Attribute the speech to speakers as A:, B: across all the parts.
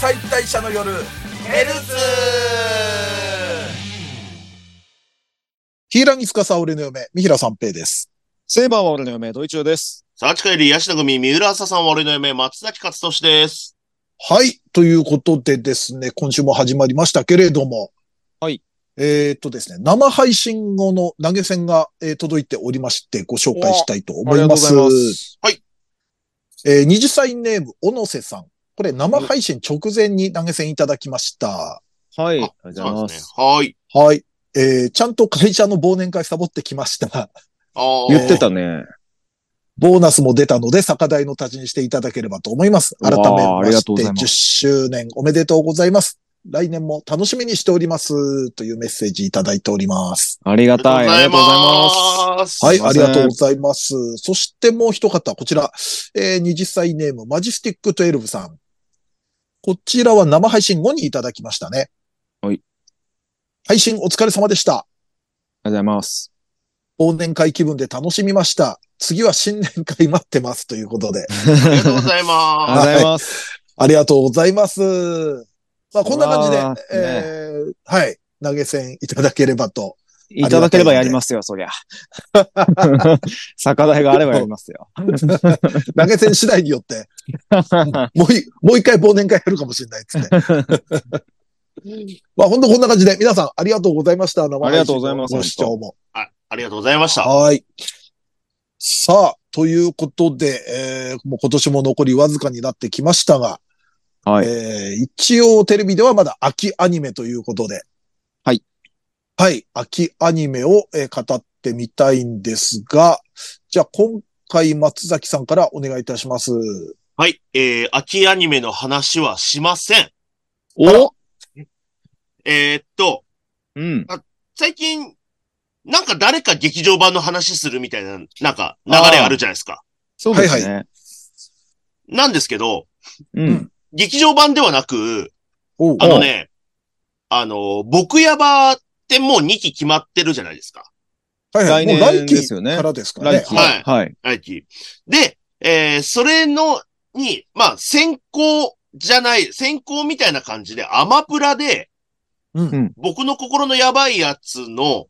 A: 解体者の夜ヘルツ
B: ヒーラギスカサ俺の嫁、三平三平です。
C: セイバーは俺の嫁、ドイチューです。
D: さあ、近いり、ヤシナ組、三浦朝さん、俺の嫁、松崎勝利です。
B: はい。ということでですね、今週も始まりましたけれども。
C: はい。
B: えーっとですね、生配信後の投げ銭が、えー届いておりまして、ご紹介したいと思います。
C: す。
B: えー20歳ネーム、小野瀬さん。これ生配信直前に投げ銭いただきました。
C: はい。あり
D: あ
C: がとうござい
D: そうなん
C: ま
D: です
C: す。
D: ね。はーい。
B: はい。えーちゃんと会社の忘年会サボってきました。
D: あー
C: 言って。たね。
B: ボーナスも出たので、酒代の足しにしていただければと思います。改め
C: うわーあ
B: ま
C: りが
B: し
C: とうご
B: て、
C: ざいます
B: 10周年おめでとうございます。来年も楽しみにしております。というメッセージいただいております。
C: ありがたい。ありがとうございます。
D: す
B: はい、
C: すいま
B: あ
C: せ
B: り
C: ん
B: がとうございます。そしてもう一方、こちら、えー20歳ネーム、マジスティック12さん。こちらは生配信後にいただきましたね。
C: はい。
B: 配信お疲れ様でした。
C: ありがとうございます。
B: 忘年会気分で楽しみました。次は新年会待ってますということで、
D: ありがとうござい
C: ありが
D: ま
C: とうございます。
B: ありがとうございます。まあ、こんな感じ
C: うわ
B: で
C: ー、
B: えーはい、投げ銭いただければと。
C: いただければやりますよ、そりゃ。酒代があればやりますよ。
B: 投げ銭次第によって、もうい、もう一回忘年会やるかもしれないっつって。 まあ、本当こんな感じで、皆さんありがとうございました。あり
C: ありがとうございます
B: ご視聴も。
D: す。 あありがとうございました。
B: はい。さあ、ということで、えーもう今年も残りわずかになってきましたが、
C: はい。
B: えー一応テレビではまだ秋アニメということで。
C: はい。
B: はい。秋アニメを、えー語ってみたいんですが、じゃあ今回松崎さんからお願いいたします。
D: はい。えー、秋アニメの話はしません。
C: お
D: えー、っと、
C: うん。
D: 最近、なんか誰か劇場版の話するみたいな、なんか流れあるじゃないですか。
C: そうですね。
D: なんですけど、
C: うん。
D: 劇場版ではなく、
B: おう
D: あのね、あの、僕ヤバってもう2期決まってるじゃないですか。
B: はいはい、
C: 来年
B: もう来
C: ですよ
B: 期
C: ね
B: からですか
C: 来
B: ね。
C: 期。
B: はい
D: はい
C: はい。
D: 来期。で、えーそれの、に、まあ、先行じゃない、先行みたいな感じで、アマプラで、
B: うん。
D: 僕の心のやばいやつの、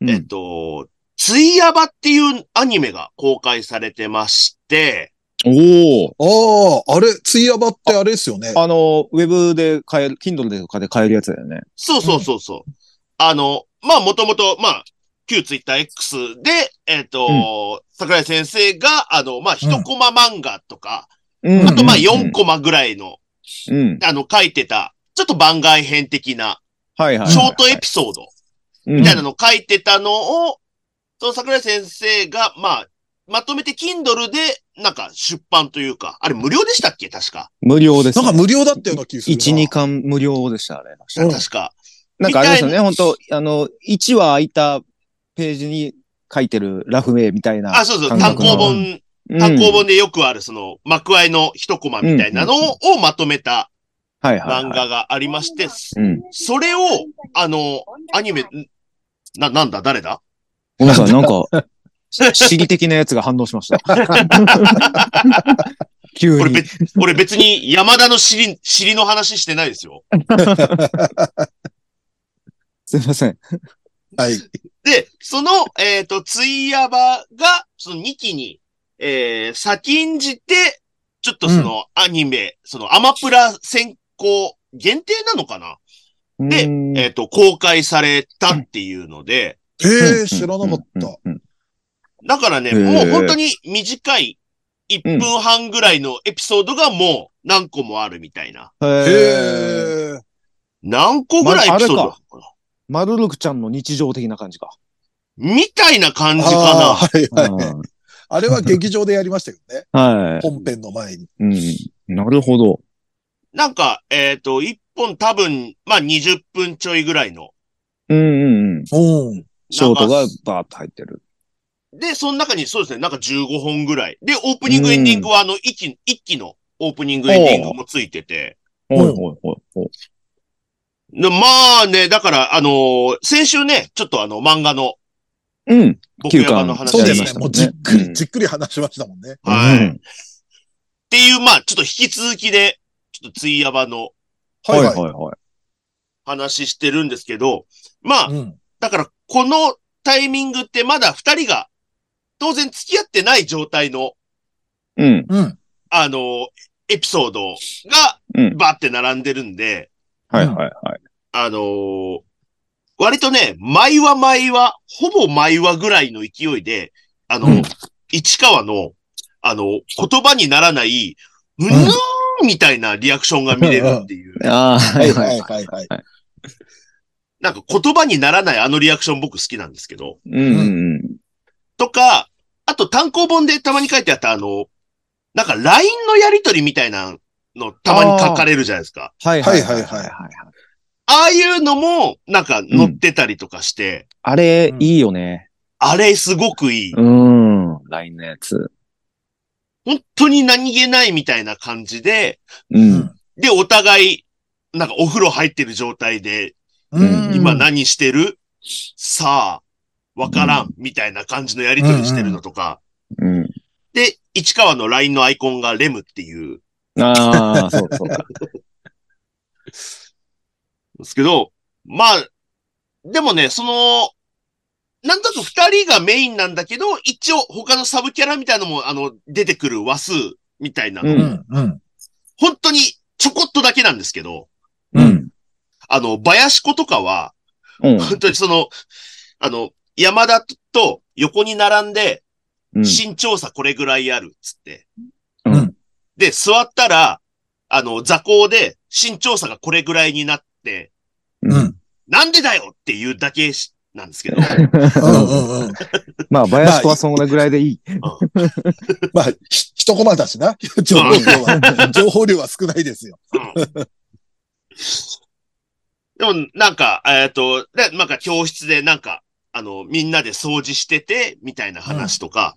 C: うん
D: えっと、ついやばっていうアニメが公開されてまして、
C: おお。
B: ああ、あれ、ついやばってあれですよね。
C: あの、ウェブで買える、Kindle でとかで買えるやつだよね。
D: そうそうそうそう。あの、まあ、もともと、まあ、旧ツイッター X で、えっ、と、桜井先生が、あの、まあ、一コマ漫画とか、
C: うん
D: あと、まあ、4。コマぐらいの、
C: うん。
D: あの、書いてた、ちょっと番外編的な、
C: はいはい。
D: ショートエピソード
C: み
D: みたいなの書いてたのを、その桜井先生が、まあ、まとめて Kindle で、なんか出版というか、あれ無料でしたっけ確か。
C: 無料です
B: なん。か無料だったような気がするな。
C: 1、2巻無料でした、あれ。
B: うん
D: 確か。
C: なんかあれですよね、本当あの、1話空いたページに書いてるラフ名みたいな。
D: あ、そうそう、単
C: 感覚の
D: 行本、
C: うん
D: 単行本でよくある、その、幕開の一コマみたいなのををまとめた
C: はいはい、
D: 漫
C: はい。
D: 画がありまして、
C: うん。
D: それを、あの、アニメ、んな、なんだ、誰だ
C: ごめんなさい、なんか、し市議的なやつが反応しました。 急
D: 俺
C: に。
D: 別、俺別に山田の尻、尻の話してないですよ。
C: すいません。
B: はい。
D: で、その、えっ、と、ツイヤバが、その2期に、えー、先んじて、ちょっとそのアニメ、そのアマプラ先行限定なのかな、で
C: うん
D: えっ、と、公開されたっていうので、
B: ええ知らなかった。。
C: うんうん
D: だからね、
C: へー
D: もう本当に短い1分半ぐらいのエピソードがもう何個もあるみたいな。
B: へ
C: へえ。
B: え。
D: 何個ぐらいエピソード、
C: まあマルルクちゃんの日常的な感じか。
D: みたいな感じか
B: あ
D: な。
B: ーはいはい。
C: は
B: あれは劇場でやりましたよね。
C: い。
B: 本編の前に。
C: うん。なるほど。
D: なんか、えっ、と、1本多分、まあ20分ちょいぐらいの。
C: うんうんうん。
B: うん。
C: ショートがバーッと入ってる。
D: で、その中にそうですね、なんか15本ぐらい。で、オープニングエンディングは、あの、一期、一期のオープニングエンディングもついてて。
C: はいはいはいはい。
D: でまあね、だから、あのー先週ね、ちょっとあの、漫画の、
C: うん。
D: 僕やばの話
B: そうで
C: やり
B: す
C: ま
B: ね
C: し。た
B: も
C: も
B: うんじっくり、
C: ねうん
B: じっくり話しましたもんね。
D: はい。
C: うん
D: っていう、まあ、ちょっと引き続きで、ちょっとツイヤバの
C: はいはい
B: い。
C: は
D: 話してるんですけど、まあ、
B: うん。
D: だからこのタイミングってまだ二人が当然付き合ってない状態の、
C: い。うん。
B: うん。
D: あの、エピソード
C: う
D: が
C: ん
D: バーって並んでるんで、
C: はいはいはい。
D: あのー割とね、毎話毎話、ほぼ毎話ぐらいの勢いで、あの、
B: うん
D: 市川の、あの、言葉にならない、うぬーみたいなリアクションが見れるっていう。
C: ああ、は
B: はいい
C: は
B: はいい。はいはい。
D: なんか言葉にならないあのリアクション僕好きなんですけど。
C: うんうんうん。
D: とか、あと単行本でたまに書いてあったあの、なんか LINE のやりとりみたいなのたまに書かれるじゃないですか。
C: はい
B: はいはいはい
D: ああいうのもなんか載ってたりとかして、
C: あれ
B: う、ん
C: いいよね。
D: あれすごくいい。
C: うん。LINE のやつ。
D: 本当に何気ないみたいな感じで、
C: う
B: うんん。
D: で、お互い、なんかお風呂入ってる状態で、
B: うん
D: 今何してる、さあ、わからん、みたいな感じのやりとりしてるのとか、
C: うん。
D: で、市川の LINE のアイコンがレムっていう、
C: ああ、そう そうか。
D: ですけど、まあ、でもね、その、なんとなく二人がメインなんだけど、一応他のサブキャラみたいなのも、あの、出てくる話数みたいなの、
C: うん
B: うん。うん。
D: 本当にちょこっとだけなんですけど、
C: うん。
D: あの、林子とかは、
C: うん
D: 本当にその、あの、山田と横に並んで、
C: うん。
D: 身長差これぐらいある、つって。
C: うん
D: で、座ったら、あの、座高で身長差がこれぐらいになって、
B: うん。うん。
D: なんでだよっていうだけしなんですけど。
B: うん。うん。
C: まあ、バヤシコはそんなぐらいでいい。
B: まあ、ひ一コマだしな。 情報量は、情報量は少ないですよ。
D: でも、なんか、えっ、と、で、なんか教室でなんか、あの、みんなで掃除してて、みたいな話とか、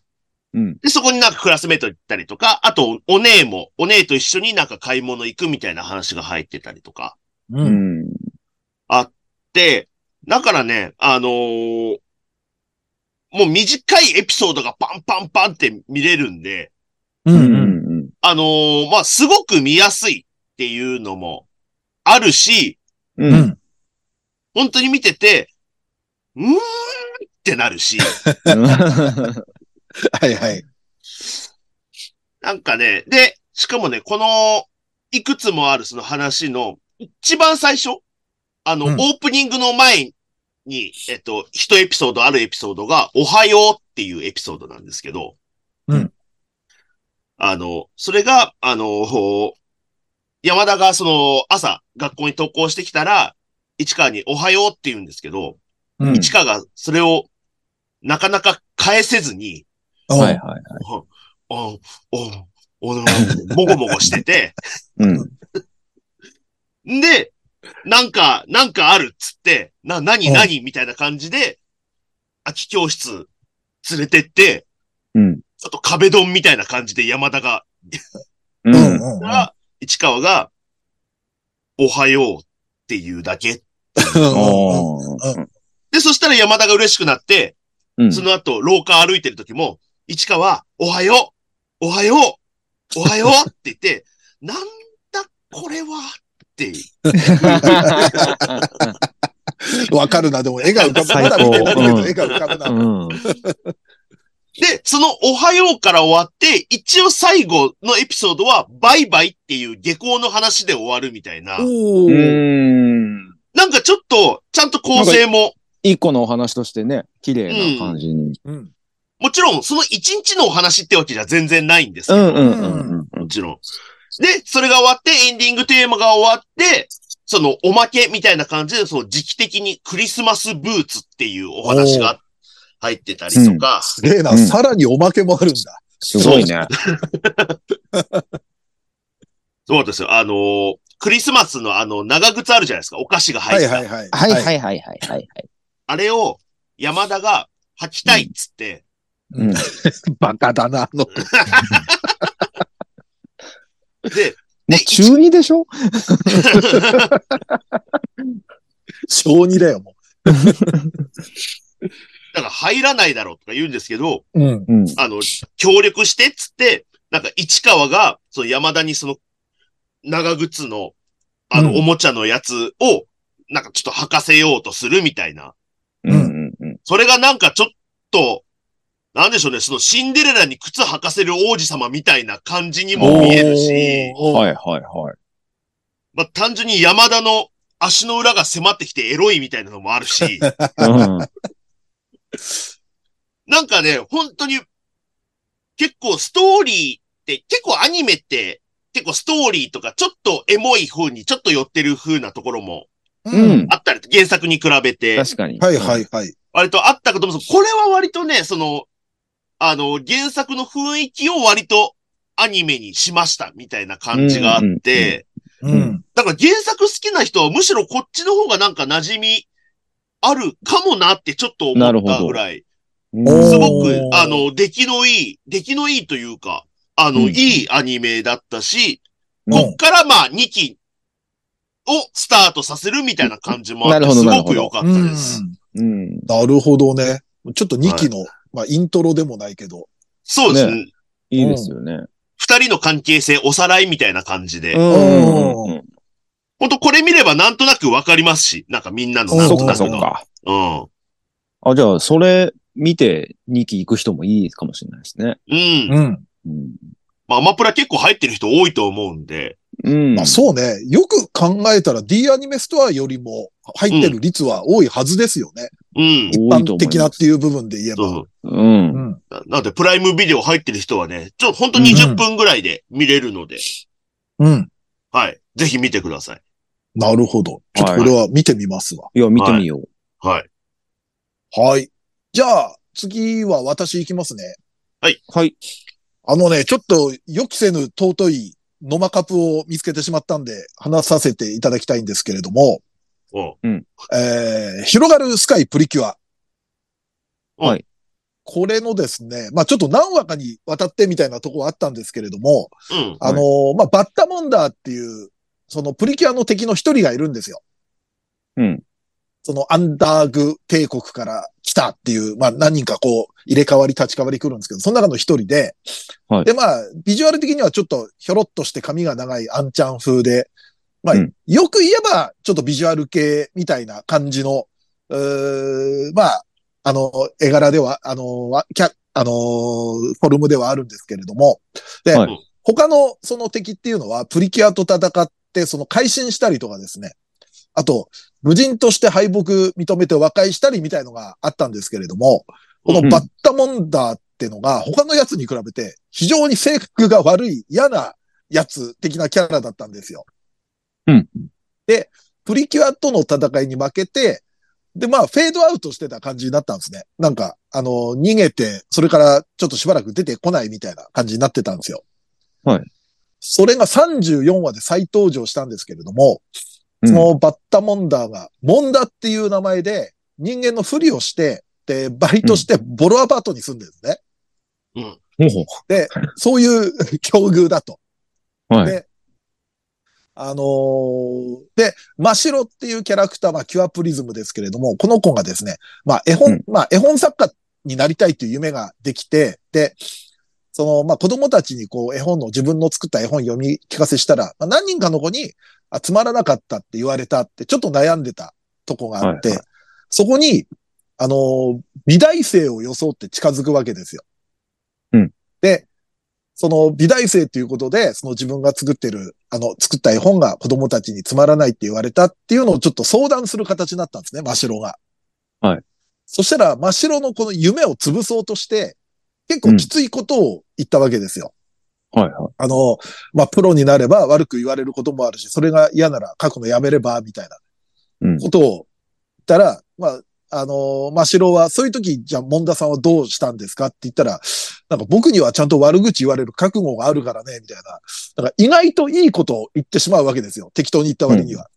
C: うん。
D: で、そこになんかクラスメート行ったりとか、あと、お姉も、お姉と一緒になんか買い物行くみたいな話が入ってたりとか。
B: う
C: う。ん。
D: で、だからね、あのーもう短いエピソードがパンパンパンって見れるんで、
B: う
C: うんん。う
B: うん。
C: ん。
D: あのーまあ、すごく見やすいっていうのもあるし、
C: う。
B: うんん。
D: 本当に見てて、うーんってなるし、
B: はいはい。
D: なんかね、で、しかもね、この、いくつもあるその話の、一番最初、あの、
B: うん
D: オープニングの前に、えっと、一エピソードあるエピソードが、おはようっていうエピソードなんですけど、
B: うん。
D: あの、それが、あの、ほう山田がその、朝、学校に登校してきたら、市川におはようって言うんですけど、
B: うん
D: 市川がそれをなかなか返せずに、
C: はいはい。
D: お、お、お、もごもごしてて、
C: うん。
D: で、なんか、なんかあるっつって、な、なに
B: うん
D: なにみたいな感じで、空き教室連れてって、
C: うん。
D: ちょっと壁ドンみたいな感じで山田が、
B: う
C: う。
B: んん。うん。
D: が市川が、おはようっていうだけ。
C: お
D: で、そしたら山田が嬉しくなって、
C: うん。
D: その後、廊下歩いてる時も、市川、おはようおはようおはようって言って、なんだこれはっていう。
B: わかるな、でも絵が浮かぶ。まだ見てないけど、絵が浮かぶな。
C: うん。
D: で、そのおはようから終わって、一応最後のエピソードは、バイバイっていう下校の話で終わるみたいな。
B: お ー
C: うん。
D: なんかちょっと、ちゃんと構成も、
C: 一個のお話としてね、綺麗な感じに。
B: うん。
D: もちろんその一日のお話ってわけじゃ全然ないんですけ
C: う
D: ど、
C: んうん
D: もちろん。で、それが終わって、エンディングテーマが終わって、そのおまけみたいな感じで、その時期的にクリスマスブーツっていうお話が入ってたりとか、
B: すげえな、さらにおまけもあるんだ。
C: すごいね。
D: そうですよ。あのークリスマスのあの、長靴あるじゃないですか。お菓子が入っ
B: は
D: た。
B: いはいはい。。
C: はいはいいはいはいはい。
D: あれを山田が履きたいっつって、
C: うん。
B: バカだな、あの。
D: で、
C: もう中二でしょ
B: 小二だよ、も
D: なんか入らないだろうとか言うんですけど、
B: う。うん。
C: うん。
D: あの、協力してっつって、なんか市川が、その山田にその長靴のあ
B: う
D: の、
B: ん
D: おもちゃのやつを、なんかちょっと履かせようとするみたいな。
C: うんうんうん。
D: それがなんかちょっと、なんでしょうね、そのシンデレラに靴履かせる王子様みたいな感じにも見えるし、
B: おー
C: はいはいはい。
D: まあ単純に山田の足の裏が迫ってきてエロいみたいなのもあ るし、
C: うん
D: なんかね、本当に、結構ストーリーって、結構アニメって、結構ストーリーとか、ちょっとエモい風に、ちょっと寄ってる風なところも
C: う。ん。
D: あったり、原作に比べて、
C: 確かに。
B: はいはいはい。
D: 割とあったかと思うんですけどこれは割とね、その、あの、原作の雰囲気を割とアニメにしました、みたいな感じがあっ
C: うんうん
D: て、
B: う
C: うんん。
D: だから原作好きな人はむしろこっちの方がなんか馴染みあるかもなってちょっと思
C: なる
D: っ
C: ほ
D: た
C: ど
D: ぐらい。
C: うん
D: すごく
B: お、ー
D: あの、出来のいい、出来のいいというか、あの、
C: うん
D: いいアニメだったし、
C: うん
D: こっからまあ2期をスタートさせるみたいな感じもあっ
C: なる
D: て、
C: ほど
D: す
C: なる
D: ご
C: ほ
D: く
C: ど
D: 良かっ
B: う
D: た
B: ん
D: です。
C: うん。
B: なるほどね。ちょっと2期の、まあ、イントロでもないけど。
D: そうですね。
C: いいですよね。
D: 二、人の関係性おさらいみたいな感じで、
B: ん
C: うん。
D: ほんとこれ見ればなんとなくわかりますし、なんかみんなの
B: うん
D: なん
C: そ
D: と
C: っか
D: なく
C: そっ
D: の。
C: か。
D: うん。
C: あ、じゃあ、それ見て2期行く人もいいかもしれないですね。
D: うん。
B: うん。
C: うん。
D: まあ、アマプラ結構入ってる人多いと思うんで、
C: うん。
B: まあ、そうね。よく考えたら D アニメストアよりも入ってる率は多いはずですよね。
D: うん。
C: 多いと
B: 一般
C: 思い
B: 的
C: ま
B: な
C: す
B: っていう部分で言え
D: そ
B: ば。
D: うそう
C: うん。
B: ん。
D: ななので、プライムビデオ入ってる人はね、ちょ、ほんと
B: うん
D: 20分ぐらいで見れるので、
B: うん。
D: はい。ぜひ見てください。
B: なるほど。ちょっとこれは見てみますわ。
C: いや、見てみよう。
D: はい。
B: はい。じゃあ、次は私行きますね。
C: はい。
B: あのね、ちょっと予期せぬ尊いノマカプを見つけてしまったんで、話させていただきたいんですけれども、
D: おう
B: えー、広がるスカイプリキュア。
C: はい。
B: これのですね、まあちょっと何話かにわたってみたいなとこはあったんですけれども、
D: うん。
B: あのーまあバッタモンダーっていう、そのプリキュアの敵の一人がいるんですよ。
C: うん。
B: そのアンダーグ帝国から来たっていう、まあ何人かこう入れ替わり立ち替わり来るんですけど、その中の一人で、
C: はい
B: でまあビジュアル的にはちょっとひょろっとして髪が長いアンちゃん風で、まあ、
C: うん
B: よく言えばちょっとビジュアル系みたいな感じの、うーまあ、あの、絵柄では、あの、わキャあのフォルムではあるんですけれども、で、
C: はい
B: 他のその敵っていうのはプリキュアと戦って、その改心したりとかですね、あと、無人として敗北認めて和解したりみたいのがあったんですけれども、このバッタモンダーってのが他のやつに比べて非常に性格が悪い嫌なやつ的なキャラだったんですよ。
C: うん。
B: で、プリキュアとの戦いに負けて、で、まあ、フェードアウトしてた感じになったんですね。なんか、あの、逃げて、それからちょっとしばらく出てこないみたいな感じになってたんですよ。
C: はい。
B: それが34話で再登場したんですけれども、
C: うん
B: そのバッタモンダーが、モンダっていう名前で人間のふりをして、で、バイトしてボロアパートに住んでるんですね。
C: ほうほう
B: そういう 境遇だと。
C: はい。
B: であのーで、マシロっていうキャラクター、まあ、キュアプリズムですけれども、この子がですね、まあ、絵本、
C: うん
B: まあ、絵本作家になりたいという夢ができて、で、その、まあ、子供たちにこう、絵本の、自分の作った絵本読み聞かせしたら、まあ、何人かの子に、あ、つまらなかったって言われたって、ちょっと悩んでたとこがあって、
C: はいは
B: そこに、あのー美大生を装って近づくわけですよ。
C: うん
B: で、その美大生ということで、その自分が作ってる、あの、作った絵本が子供たちにつまらないって言われたっていうのをちょっと相談する形になったんですね、真っ白が。
C: はい。
B: そしたら、真っ白のこの夢を潰そうとして、結構きついことを言ったわけですよ。
C: はいは
B: あの、まあ、プロになれば悪く言われることもあるし、それが嫌なら書くのやめれば、みたいな
C: うん
B: ことを言ったら、まあ、あのー、まあ、白は、そういう時、じゃあ、モンダさんはどうしたんですかって言ったら、なんか僕にはちゃんと悪口言われる覚悟があるからね、みたいな。なんか意外といいことを言ってしまうわけですよ。適当に言った割には。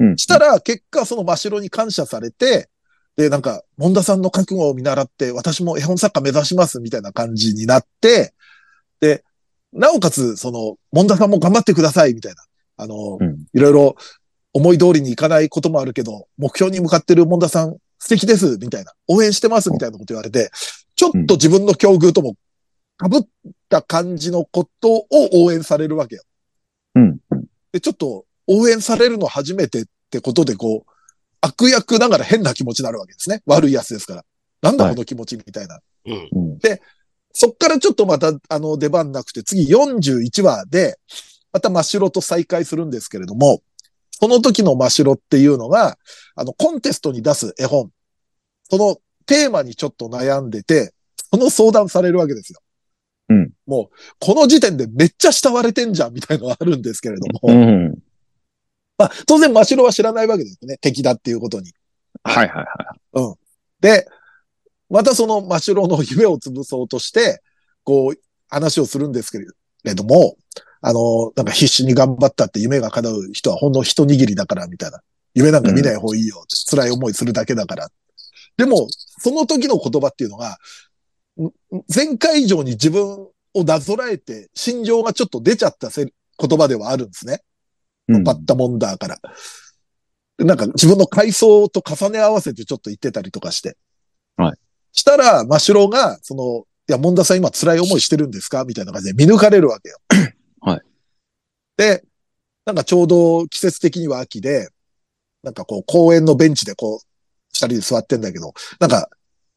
C: い。うん。
B: したら、結果、その真っ白に感謝されて、で、なんか、モンダさんの覚悟を見習って、私も絵本作家目指します、みたいな感じになって、で、なおかつ、その、モンダさんも頑張ってください、みたいな。あの、
C: うん
B: いろいろ思い通りにいかないこともあるけど、目標に向かってるモンダさん素敵です、みたいな。応援してます、みたいなこと言われて、ちょっと自分の境遇とも被った感じのことを応援されるわけよ。
C: うん。
B: で、ちょっと応援されるの初めてってことで、こう、悪役ながら変な気持ちになるわけですね。悪いやつですから。なんだ
C: はい
B: この気持ちみたいな。
D: うん。
C: うん。
B: そっからちょっとまた、あの、出番なくて、次41話で、また真っ白と再会するんですけれども、その時の真っ白っていうのが、あの、コンテストに出す絵本。そのテーマにちょっと悩んでて、その相談されるわけですよ。
C: うん。
B: もう、この時点でめっちゃ慕われてんじゃん、みたいのはあるんですけれども。
C: うん。
B: まあ、当然真っ白は知らないわけですね。敵だっていうことに。
C: はいはいはい。
B: で、またその真っ白の夢を潰そうとして、こう、話をするんですけれども、あの、なんか必死に頑張ったって夢が叶う人はほんの一握りだから、みたいな。夢なんか見ない方がいいよ。辛い思いするだけだから。でも、その時の言葉っていうのが、ん前回以上に自分をなぞらえて、心情がちょっと出ちゃったせ言葉ではあるんですね。
C: うん
B: バッタモンダーから。なんか自分の階層と重ね合わせてちょっと言ってたりとかして。
C: はい。
B: したら、真白が、その、いや、モンダさん今辛い思いしてるんですかみたいな感じで見抜かれるわけよ。
C: はい。
B: で、なんかちょうど季節的には秋で、なんかこう公園のベンチでこう、二人で座ってんだけど、なんか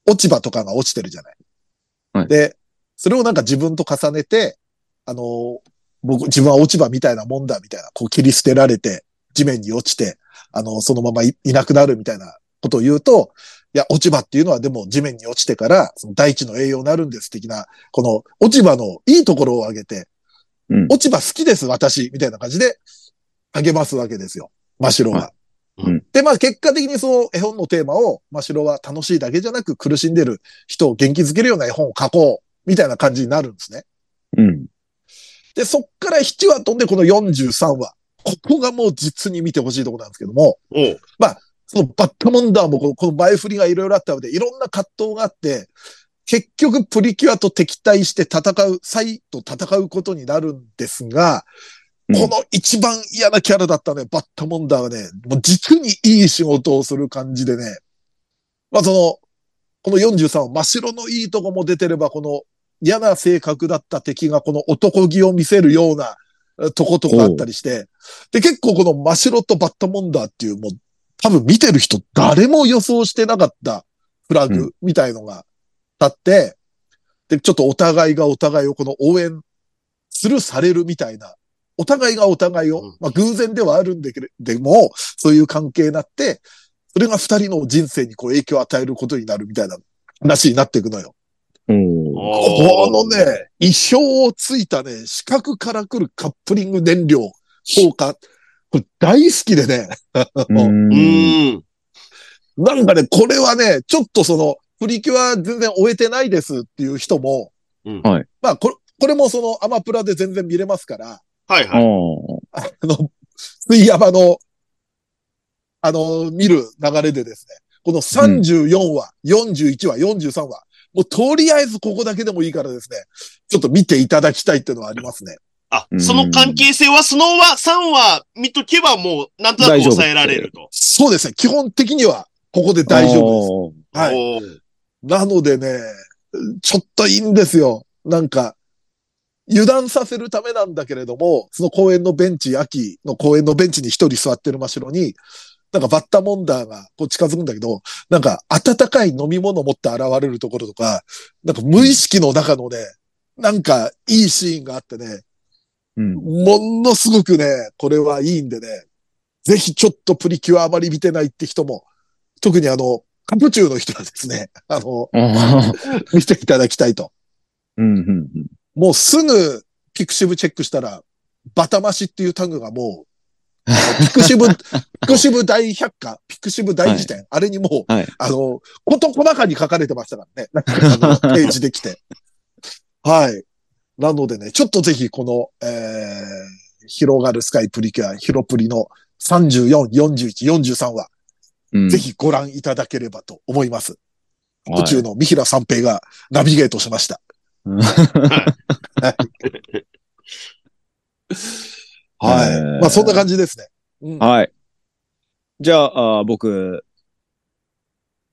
B: 落ち葉とかが落ちてるじゃない。
C: はい
B: で、それをなんか自分と重ねて、あのー僕、自分は落ち葉みたいなもんだ、みたいな、こう切り捨てられて、地面に落ちて、あの、そのままいいなくなるみたいなことを言うと、いや、落ち葉っていうのはでも地面に落ちてから、その大地の栄養になるんです、的な、この落ち葉のいいところを挙げて、
C: うん
B: 落ち葉好きです、私、みたいな感じで、励ますわけですよ。真白は。
D: うん
B: で、まあ結果的にその絵本のテーマを、真白は楽しいだけじゃなく苦しんでる人を元気づけるような絵本を書こう、みたいな感じになるんですね。
C: うん。
B: で、そっから7話飛んでこの43話。ここがもう実に見てほしいところなんですけども、
D: おう。
B: そのバッタモンダーもこのこの前振りがいろいろあったので、いろんな葛藤があって、結局プリキュアと敵対して戦う、サイと戦うことになるんですが、
C: うん
B: この一番嫌なキャラだったね、バッタモンダーがね、もう実にいい仕事をする感じでね、まあその、この43は真っ白のいいとこも出てれば、この嫌な性格だった敵がこの男気を見せるようなえとことかあったりして、で、結構この真っ白とバッタモンダーっていうもう多分見てる人誰も予想してなかったフラ
C: う
B: グみたいのが立って、で、ちょっとお互いがお互いをこの応援するされるみたいな、お互いがお互いを、
D: うん
B: まあ偶然ではあるんだけれでも、そういう関係になって、それが二人の人生にこう影響を与えることになるみたいな話になっていくのよ。
C: おー
B: こ
D: こ
B: のね、意表をついたね、視覚から来るカップリング燃料、効果、これ大好きでね、
D: うーん。
B: なんかね、これはね、ちょっとその、プリキュア全然終えてないですっていう人も、
D: うん
C: はい
B: まあ、これ、これもそのアマプラで全然見れますから、
D: はいはい。
C: おー
B: あの、水ヤバの、あの、見る流れでですね、この34話、41話、43話、もうとりあえずここだけでもいいからですね、ちょっと見ていただきたいっていうのはありますね。
D: あ
C: う、ん
D: その関係性は、そのは3話見とけばもう、なんとなく抑えられると。
B: そうですね、基本的にはここで大丈夫です。
C: 夫
B: はい。
D: おう
B: なのでね、ちょっといいんですよ。なんか、油断させるためなんだけれども、その公園のベンチ、秋の公園のベンチに一人座ってる真っ白に、なんかバッタモンダーがこう近づくんだけど、なんか温かい飲み物持って現れるところとか、なんか無意識の中のね、なんかいいシーンがあってね、
C: うん。
B: ものすごくね、これはいいんでね、ぜひちょっとプリキュアあまり見てないって人も、特にあの、カプチューの人はですね、あの、見ていただきたいと。
C: うんうんうん。
B: もうすぐピクシブチェックしたら、バタマシっていうタグがもう、ピクシブ、 ピクシブ大百科、ピクシブ大辞典、あれにもう、
C: はい
B: あの、こと細かに書かれてましたからね。なんかあのページでき て。はい。なのでね、ちょっとぜひこの、えー、広がるスカイプリキュア、ヒロプリの34、41、43話、
C: うん
B: ぜ。ひご覧いただければと思います。
C: はい
B: 途中の三平三平がナビゲートしました。は
C: え
B: い。
C: ー
B: まあそんな感じですね。うん。
C: はい。じゃあ、あー僕、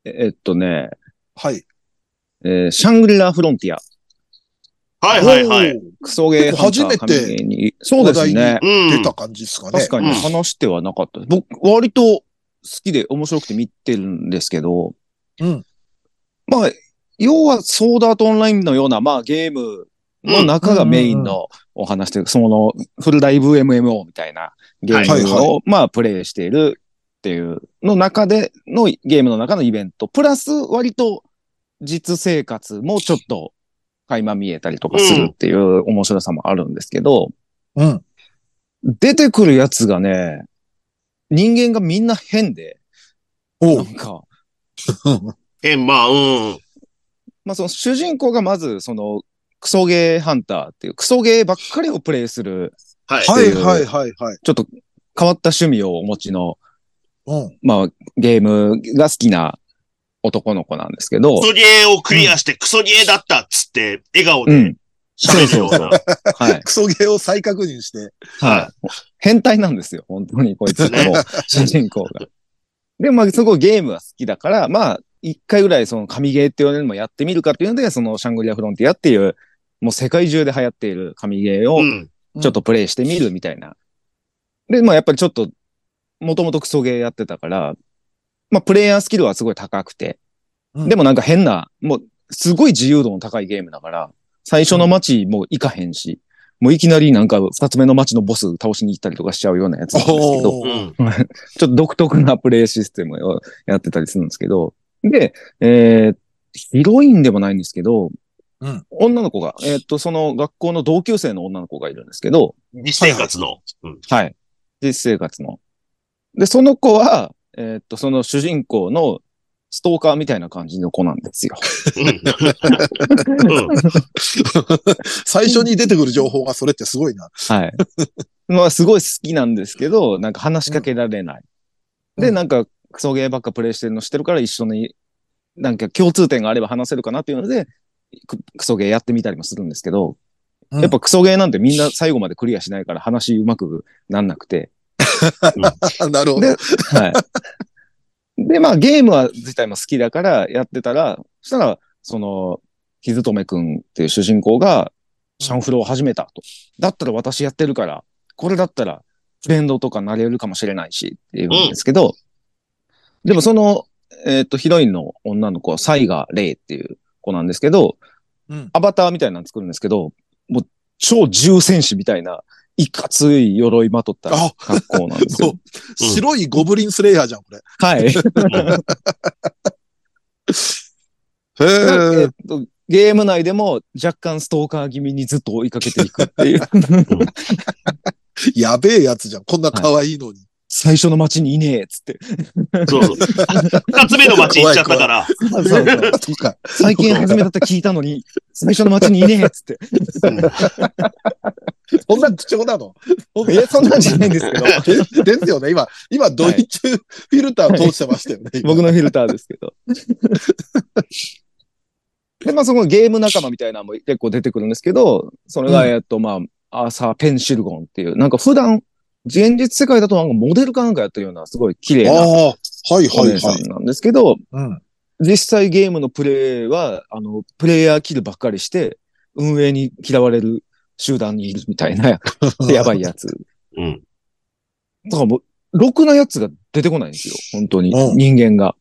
C: ええっとね、
B: はい。
C: えーシャングリラ・フロンティア。
D: はいはいはい。
B: お
C: クソゲーハンター
B: 初めて
C: 神に。そうですね。
D: うん。
B: ー出た感じですかね。
C: 確か
D: う
C: に
D: ん
C: 話してはなかったです。僕、割と好きで面白くて見てるんですけど。
B: うん
C: まあ、要はソードアートオンラインのような、まあゲームの中がメインのお話というか、そのフルライブ MMO みたいなゲームを、
B: はいはいは
C: まあプレイしているっていうの中でのゲームの中のイベント、プラス割と実生活もちょっと垣間見えたりとかするっていう面白さもあるんですけど、
B: うん。
C: 出てくるやつがね、人間がみんな変で、
B: おう
C: な
B: ん
C: か、
D: え、まあ、うん。
C: まあその主人公がまずそのクソゲーハンターっていうクソゲーばっかりをプレイする、
D: はい。
B: はいはいはいはい。
C: ちょっと変わった趣味をお持ちの、
B: うん。
C: まあゲームが好きな男の子なんですけど
D: ク、ソゲーをクリアしてクソゲーだったっつって、笑顔
C: う
D: で
C: ん。
D: 喋るような。
C: はい。
B: クソゲーを再確認して。
C: はい。変態なんですよ、本当にこいつ
D: ね
C: の主人公が。で、まあ、すごいゲームが好きだから、まあ、一回ぐらいその神ゲーっていうのもやってみるかっていうので、そのシャングリアフロンティアっていう、もう世界中で流行っている神ゲーを
D: うん。
C: ちょっとプレイしてみるみたいな。で、まあやっぱりちょっと、もともとクソゲーやってたから、まあプレイヤースキルはすごい高くて、
B: うん
C: でもなんか変な、もうすごい自由度の高いゲームだから、最初の街もう行かへんし、もういきなりなんか二つ目の街のボス倒しに行ったりとかしちゃうようなやつなんですけど、
B: お
D: う
B: ー
D: ん。
C: ちょっと独特なプレイシステムをやってたりするんですけど、で、えーヒロインでもないんですけど、
B: うん
C: 女の子が、えーっと、その学校の同級生の女の子がいるんですけど、
D: 実生活の。うん
C: はい。実生活の。で、その子は、えーっと、その主人公のストーカーみたいな感じの子なんですよ。
D: うん。うん
B: 最初に出てくる情報がそれってすごい な。
C: はい。まあ、すごい好きなんですけど、なんか話しかけられな
B: う
C: い。
B: ん
C: で、
B: うん
C: なんか、クソゲーばっかプレイしてるの知ってるから一緒に、なんか共通点があれば話せるかなっていうので、ククソゲーやってみたりもするんですけど、
B: うん
C: やっぱクソゲーなんてみんな最後までクリアしないから話うまくなんなくて、
B: なるほど。
C: ではい。で、まあゲームは自体も好きだからやってたら、そしたら、その、ひずとめくんっていう主人公が、シャンフロを始めたと。だったら私やってるから、これだったら、フレンドとかなれるかもしれないし、っていうんですけど、でもその、えっ、と、ヒロインの女の子は、サイガ・レイっていう子なんですけど、
B: うん
C: アバターみたいなの作るんですけど、もう、超重戦士みたいな、いかつい鎧まとった
B: あ
C: 格好なんですよ
B: そ。う白いゴブリンスレイヤーじゃん、これ。
C: はい。
B: へ
C: え
B: え
C: っ。と、ゲーム内でも若干ストーカー気味にずっと追いかけていくって いう。
B: やべえやつじゃん。こんな可愛いのに。
C: 最初の街にいねえっつって。
D: そうそう。二つ目の街行っちゃったから。
B: とか。
C: 最近始めたって聞いたのに、最初の街にいねえっつって。
B: そんな口調なの
C: いや、そんなんじゃないんですけど。
B: でですよね。今、今、ドイツフィルター通してましたよね。今
C: 僕のフィルターですけ ど。で、まあ、そこのゲーム仲間みたいなのも結構出てくるんですけど、それが、
B: うん
C: えっと、まあ、アーサー・ペンシルゴンっていう、なんか普段、現実世界だとなんかモデルかなんかやってるような、すごい綺麗
B: あ
C: な
B: あ、はい
C: お
B: は
C: 姉
B: い
C: さ
B: はい
C: ん。なんですけど、
B: うん。
C: 実際ゲームのプレイは、あの、プレイヤーキルばっかりして、運営に嫌われる集団にいるみたいな、やばいやつ。
D: うん。
C: だからもう、ろくなやつが出てこないんですよ。本当に。
B: うん
C: 人間が。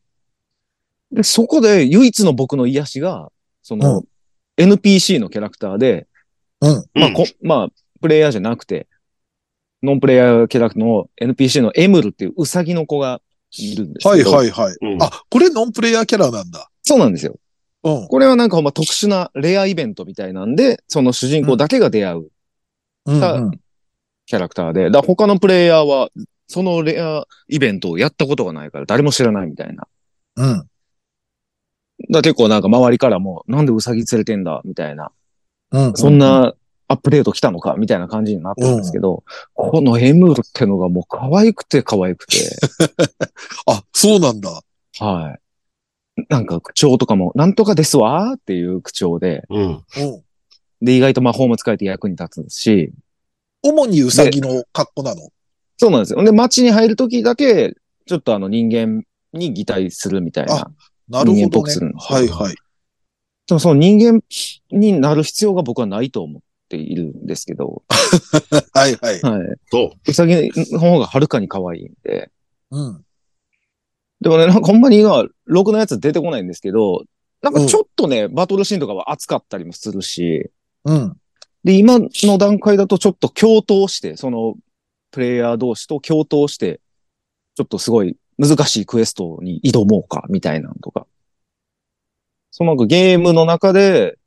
C: で、そこで唯一の僕の癒しが、その、
B: う
C: NPC のキャラクターで、まあ、こ、まあ、プレイヤーじゃなくて、ノンプレイヤーキャラクターの NPC のエムルっていうウサギの子がいるんです
B: は
C: け
B: い
C: ど。
B: はいはい。
D: うん
B: あ、これノンプレイヤーキャラなんだ。
C: そうなんですよ。
B: うん。
C: これはなんかほんま特殊なレアイベントみたいなんで、その主人公だけが出会う
B: うん
C: さ
B: うん
C: キャラクターで、だから他のプレイヤーはそのレアイベントをやったことがないから誰も知らないみたいな。だか
B: うん。
C: ら結構なんか周りからも、なんでウサギ連れてんだみたいな、
B: うん。
C: そんなアップデート来たのかみたいな感じになってるんですけど、このエムールってのがもう可愛く て可愛くて、
B: あ、そうなんだ。
C: はい。なんか口調とかも、なんとかですわーっていう口調で、
D: うん。
B: うん。
C: で、意外と魔法も使えて役に立つし、
B: 主にウサギの格好なの。
C: そうなんですよ。で、街に入るときだけ、ちょっとあの人間に擬態するみたいな。
B: なる
C: 人間っぽ
B: ほど
C: く
B: ね
C: するん。ですよ
B: はいはい。
C: でもその人間になる必要が僕はないと思っているんですけど、
B: はいはい。
C: はい。
D: そう。
C: うさぎの方がはるかに可愛いんで。
B: うん。
C: でもね、なんかほんまに今、ろくなやつ出てこないんですけど、なんかちょっとね、バトルシーンとかは熱かったりもするし、
B: うん。
C: で、今の段階だとちょっと共闘して、その、プレイヤー同士と共闘して、ちょっとすごい難しいクエストに挑もうか、みたいなのとか。そのなんかゲームの中で、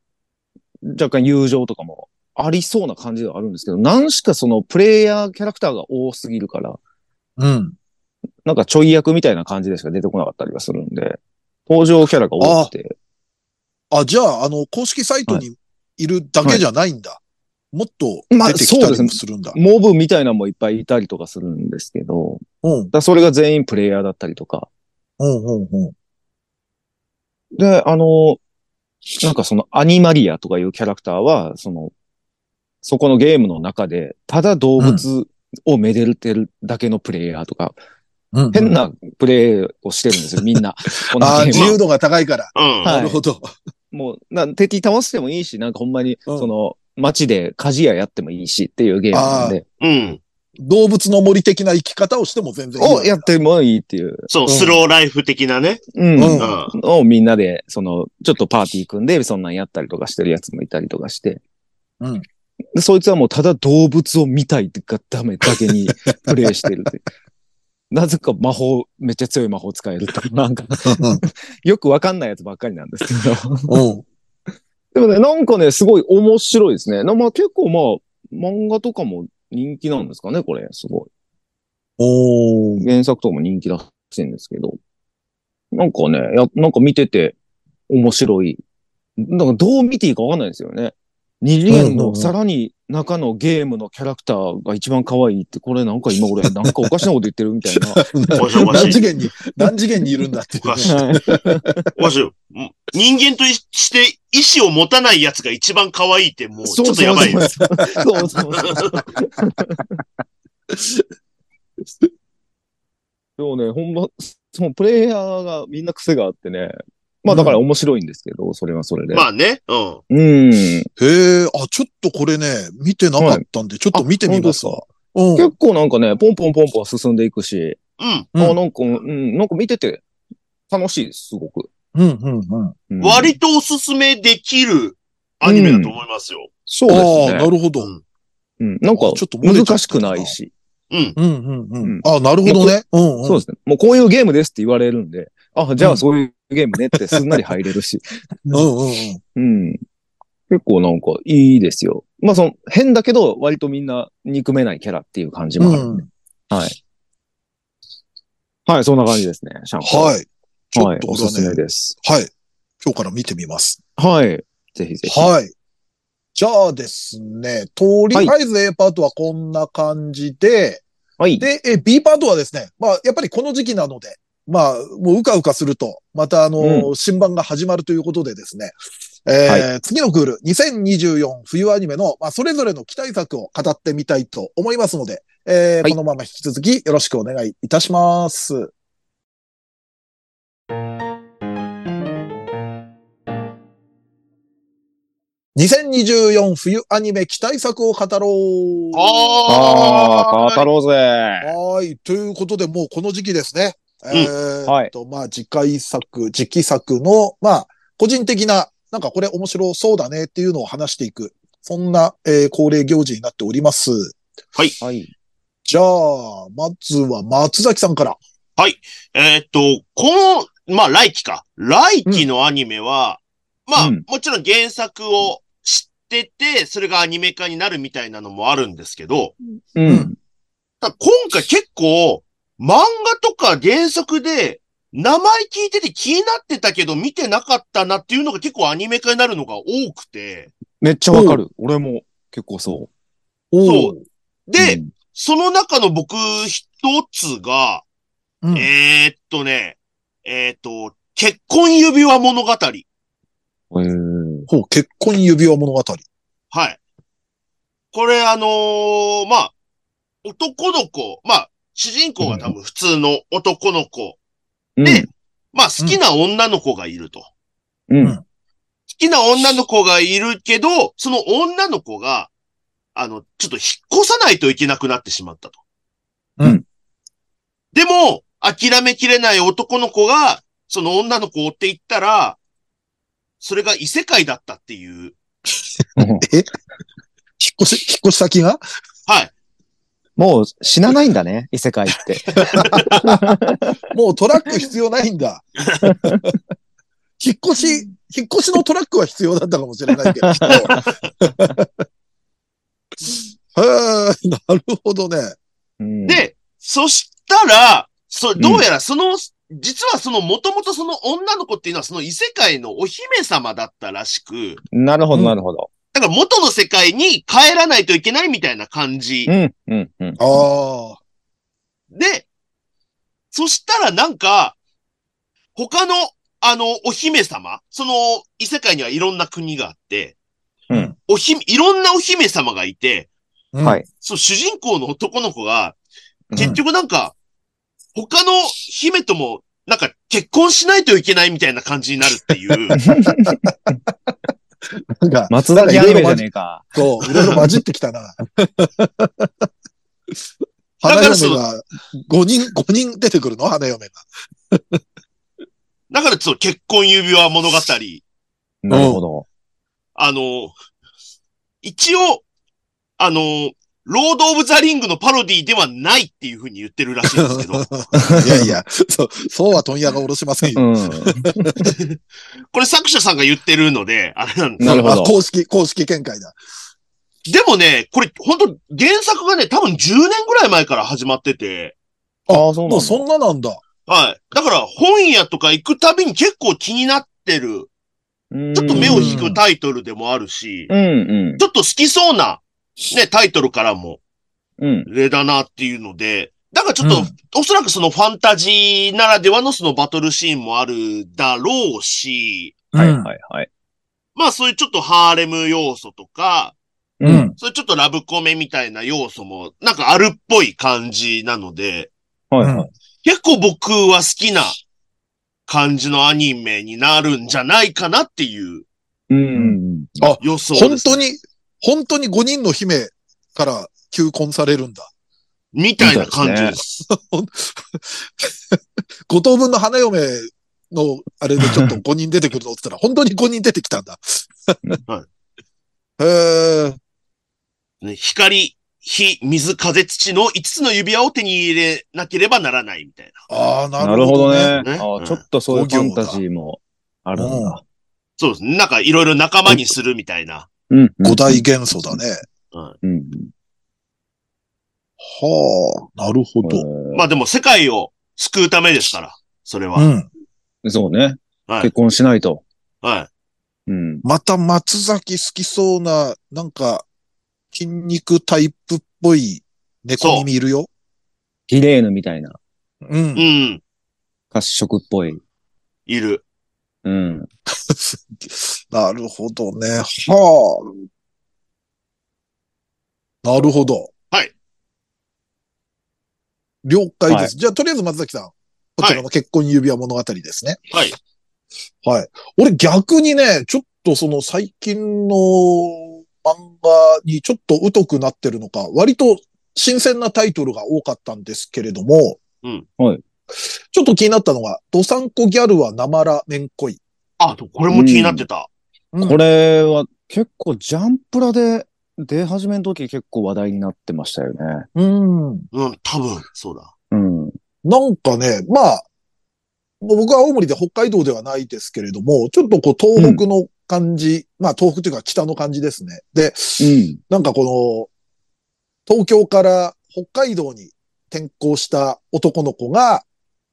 C: 若干友情とかもありそうな感じではあるんですけど、何しかそのプレイヤーキャラクターが多すぎるから、
B: うん。
C: なんかちょい役みたいな感じでしか出てこなかったりはするんで、登場キャラが多くて、
B: あ、じゃあ、あの、公式サイトにいるだけじゃないんだ。もっと
C: まあ
B: 出てきた
C: そうです
B: り
C: ね
B: もするんだ。
C: モブみたいなのもいっぱいいたりとかするんですけど、
B: うん
C: だか。らそれが全員プレイヤーだったりとか、
B: うん、うん、うん。
C: で、あの、なんかそのアニマリアとかいうキャラクターは、その、そこのゲームの中で、ただ動物をめでてるだけのプレイヤーとか、
B: うんうん
C: 変。なプレイをしてるんです よ、みんな。この
B: ああ、
C: ゲー
B: 自
C: ムは
B: 由度が高いから。
D: うん。
C: はい
B: なるほど。
C: もうな、敵倒してもいいし、なんかほんまに、
B: うん
C: その、街で鍛冶屋やってもいいしっていうゲームなんで、
D: うん。
B: 動物の森的な生き方をしても全然いい。
C: をやってもいいっていう、
D: そう、
B: うん
D: スローライフ的なね。
C: うん
B: うん
D: うん。
C: をみんなで、その、ちょっとパーティー組んで、そんなんやったりとかしてるやつもいたりとかして。
B: うん
C: で、そいつはもうただ動物を見たいがダメだ けにプレイしてるって。なぜか魔法、めっちゃ強い魔法使え るとか、なんか、よくわかんないやつばっかりなんですけど。
B: うん。
C: でもね、なんかね、すごい面白いですね。なまあ結構まあ、漫画とかも人気なんですかね、これ。すご
B: おー
C: い。原作とかも人気だしいんですけど。なんかね、や、なんか見てて面白い。なんかどう見ていいかわかんないですよね。二次元
B: うんうんう
C: の
B: ん
C: さらに中のゲームのキャラクターが一番可愛いって、これなんか今 俺なんかおかしなこと言ってるみたいな。
D: おかしいおか
B: 何
D: し
B: 次
D: い。
B: 元に、何次元にいるんだっていう
D: おかしい
C: はい
D: おかしいよ。うん人間として意志を持たない奴が一番可愛いってもうち
C: そう
D: ょっとやばいよ。
C: そうそうそうそうでもね、ほんま、そのプレイヤーがみんな癖があってね。まあだから面白いんですけど、それはそれで。
D: まあね。う
C: う
D: ん。
C: ん。
B: へえ、あ、ちょっとこれね、見てなかったんで、ちょっと見てみますわ。うん。
C: 結構なんかね、ポンポンポンポン進んでいくし、
D: うん。
B: うん
C: あなんか、うん、なんか見てて楽しいです、すごく。
B: うん、うん、うん。
C: うん
D: 割とおすすめできるアニメだと思いますよ。
C: そうです
B: ああ、
C: ね
B: な。るほど。
D: うん
C: うん、なんか
B: あちょっと漏れちゃった
C: 難しくないし。
D: うん。
B: うん、うん、う
C: うん
B: ん。あ、なるほどね。うん、うん。
C: そうですね。もうこういうゲームですって言われるんで、あ、じゃ
B: う
C: あ
B: ん
C: そういうゲームねってすんなり入れるし。
B: うん、うん、うん。
C: うん。結構なんかいいですよ。まあその変だけど割とみんな憎めないキャラっていう感じもあるんで、はい、そんな感じですね。シャンプー。
B: はい。ちょ
C: は
B: っ
C: い
B: と、
C: お
B: これは
C: すすめ
B: ね、
C: です。
B: はい。今日から見てみます。
C: はい。ぜひぜひ。
B: はい。じゃあですね、とりあえず A パートはこんな感じで、
C: はい。
B: で、え B パートはですね、まあ、やっぱりこの時期なので、まあ、もううかうかすると、またあのー、新版が始まるということでですね、えー次のクール、2024冬アニメの、まあ、それぞれの期待作を語ってみたいと思いますので、えー
C: はい
B: このまま引き続きよろしくお願いいたします。2024冬アニメ期待作を語ろう。
C: あ
D: あ
C: あ、語ろうぜ。
B: はい。ということで、もうこの時期ですね。えーっと、
C: はい
B: まあ、次回作、次期作の、まあ、個人的な、なんかこれ面白そうだねっていうのを話していく。そんな、えー恒例行事になっております。
C: はい。
B: じゃあ、まずは松崎さんから。。
D: えーっと、この、まあ来期か。来期のアニメは、まあ、
C: うん
D: もちろん原作を知ってて、それがアニメ化になるみたいなのもあるんですけど、
C: うん。
D: ただ今回結構、漫画とか原作で、名前聞いてて気になってたけど見てなかったなっていうのが結構アニメ化になるのが多くて。
C: めっちゃわかる。俺も結構そ
D: そう
C: う。
D: で、
C: うん、
D: その中の僕一つが、
B: うん、
D: えーっとね、えーっと、結婚指輪物語。はい。
C: へー
B: ほう結婚指輪物語。
D: これあのーまあ、男の子、まあ、主人公が多分普通の男の子、
C: うん
D: でまあ好きな女の子がいると。
C: う
B: うん
C: ん。
D: きな女の子がいるけど、その女の子が、あの、ちょっと引っ越さないといけなくなってしまったと。
B: うん。
D: でも、諦めきれない男の子が、その女の子を追っていったら、それが異世界だったっていう。
B: 引っ越し、引っ越し先が
D: はい。
C: もう死なないんだね、異世界って。
B: もうトラック必要ないんだ。引っ越し、引っ越しのトラックは必要だったかもしれないけど。きっと へえ、なるほどね。
C: うん、
D: で、そしたら、そ、どうやらその、実はその、もともとその女の子っていうのはその異世界のお姫様だったらしく、
C: なるほど、なるほど。
D: だから元の世界に帰らないといけないみたいな感じ
C: うん、うん、 うん。
B: ああ。
D: で、そしたらなんか、他の、あの、お姫様、その、異世界にはいろんな国があって、
C: うん
D: おひ、いろんなお姫様がいて、
B: うん
C: はい
D: そう、主人公の男の子が、
C: うん
D: 結局なんか、他の姫とも、なんか結婚しないといけないみたいな感じになるっていう。
B: なんか、
C: 松崎アニメじゃねえか。
B: そう、いろいろ混じってきた な。
D: だ
B: 花
D: から
B: 嫁
D: その
B: が5人、五人出てくるの花嫁が。
D: だからそう、結婚指輪物語、
C: なるほど。
D: あの、一応、あの、ロード・オブ・ザ・リングのパロディではないっていうふうに言ってるらしいんですけ ど、
B: い やいや、そう、そうは問屋がおろしません
C: う
B: よ。
C: ん。
D: これ作者さんが言ってるので、あれなんで
C: なるほど
B: あ公式、公式見解だ。
D: す。でもね、これ本当原作がね、多分10年ぐらい前から始まってて、
C: ああ、そうなん
B: もう
C: だ。
B: そんななんだ。
D: はい。だから本屋とか行くたびに結構気になってる、ちょっと目を引くタイトルでもあるし
C: う、ん、うん
D: ちょっと好きそうな、ね、タイトルからも、
C: うん、うん。
D: れだなっていうので、だからちょっと、
B: うん
D: おそらくそのファンタジーならではのそのバトルシーンもあるだろうし、
C: はい、はい、はい。
D: まあそういうちょっとハーレム要素とか、
B: う。ん。
D: そういうちょっとラブコメみたいな要素もなんかあるっぽい感じなので、
C: はい、はい。
D: 結構僕は好きな感じのアニメになるんじゃないかなっていう
C: うん。
D: 予想
B: 本
D: です。
B: 当に、本当に5人の姫から求婚されるんだ。
D: みたいな感じです。
B: 5等分の花嫁の、あれでちょっと5人出てくるのって言ったら、本当に5人出てきたんだ。
D: は
B: へえ。
D: ね光、火、水、風、土の5つの指輪を手に入れなければならないみたいな。
B: ああ、な
C: な
B: る
C: る
B: ほ
C: ほ
B: ど
C: ど
B: ね。
C: ね。
D: ね
C: あ
D: う
C: あ、
D: ん
C: ちょっとそういうファンタジーもあるんだ。
D: そうですね。なんかいろいろ仲間にするみたいな。
C: うん。
B: 五大元素だね。
C: うん。
B: はあ、なるほど。
D: まあでも世界を救うためですから、それ
B: う
D: は。
B: ん。
C: そうね。
D: はい
C: 結婚しないと。
D: はい。
C: うん。
B: また松崎好きそうな、なんか、筋肉タイプっぽい猫耳いるよ。
C: ヒレーヌみたいな、
B: う。
D: うんん。
C: 褐色っぽい。
D: いる。
C: うん。
B: なるほどね。はあ。なるほど。
D: はい。
B: 了解です。
C: はい
B: じゃあ、とりあえず松崎さん。こちらの結婚指輪物語ですね。
D: はい。
B: はい。俺逆にね、ちょっとその最近の漫画にちょっと疎くなってるのか、割と新鮮なタイトルが多かったんですけれども、
D: うん
C: はい。
B: ちょっと気になったのが、ドサンコギャルはなまらめんこい。
D: あ、これも気になってた。
B: うん
C: これは結構ジャンプラで出始めの時結構話題になってましたよね。
B: うん。
D: うん、多分、そうだ。
C: うん。
B: なんかね、まあ、もう僕は青森で北海道ではないですけれども、ちょっとこう東北の感じ、まあ東北というか北の感じですね。で、
C: うん。
B: なんかこの、東京から北海道に転校した男の子が、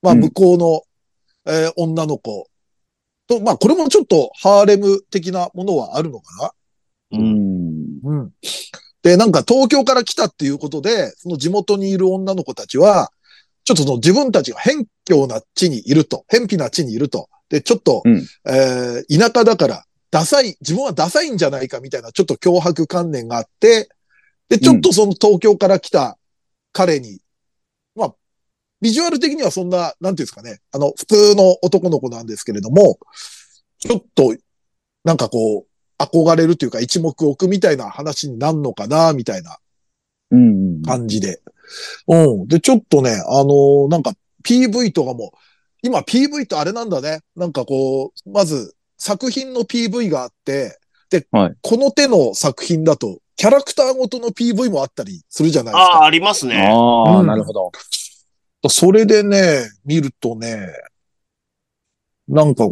B: まあ
C: うん
B: 向こうの、えー女の子と、まあこれもちょっとハーレム的なものはあるのか
D: う。
C: うんん。
B: なうん。で、なんか東京から来たっていうことで、その地元にいる女の子たちは、ちょっとその自分たちが偏境な地にいると、偏僻な地にいると。で、ちょっと、
C: うん
B: えー田舎だから、ダサい、自分はダサいんじゃないかみたいな、ちょっと脅迫観念があって、で、ちょっとその東京から来た彼に、まあ、ビジュアル的にはそんな、なんていうんですかね、あの、普通の男の子なんですけれども、ちょっと、なんかこう、憧れるというか一目置くみたいな話になるのかな、みたいな
C: うん。
B: 感じで。うん。で、ちょっとね、あのーなんか PV とかも、今 PV ってあれなんだね。なんかこう、まず作品の PV があって、で、
C: はい
B: この手の作品だと、キャラクターごとの PV もあったりするじゃないです
D: あ
B: か。
D: あ、ありますね。
C: ああ、
B: うん
C: なるほど。
B: それでね、見るとね、なんか、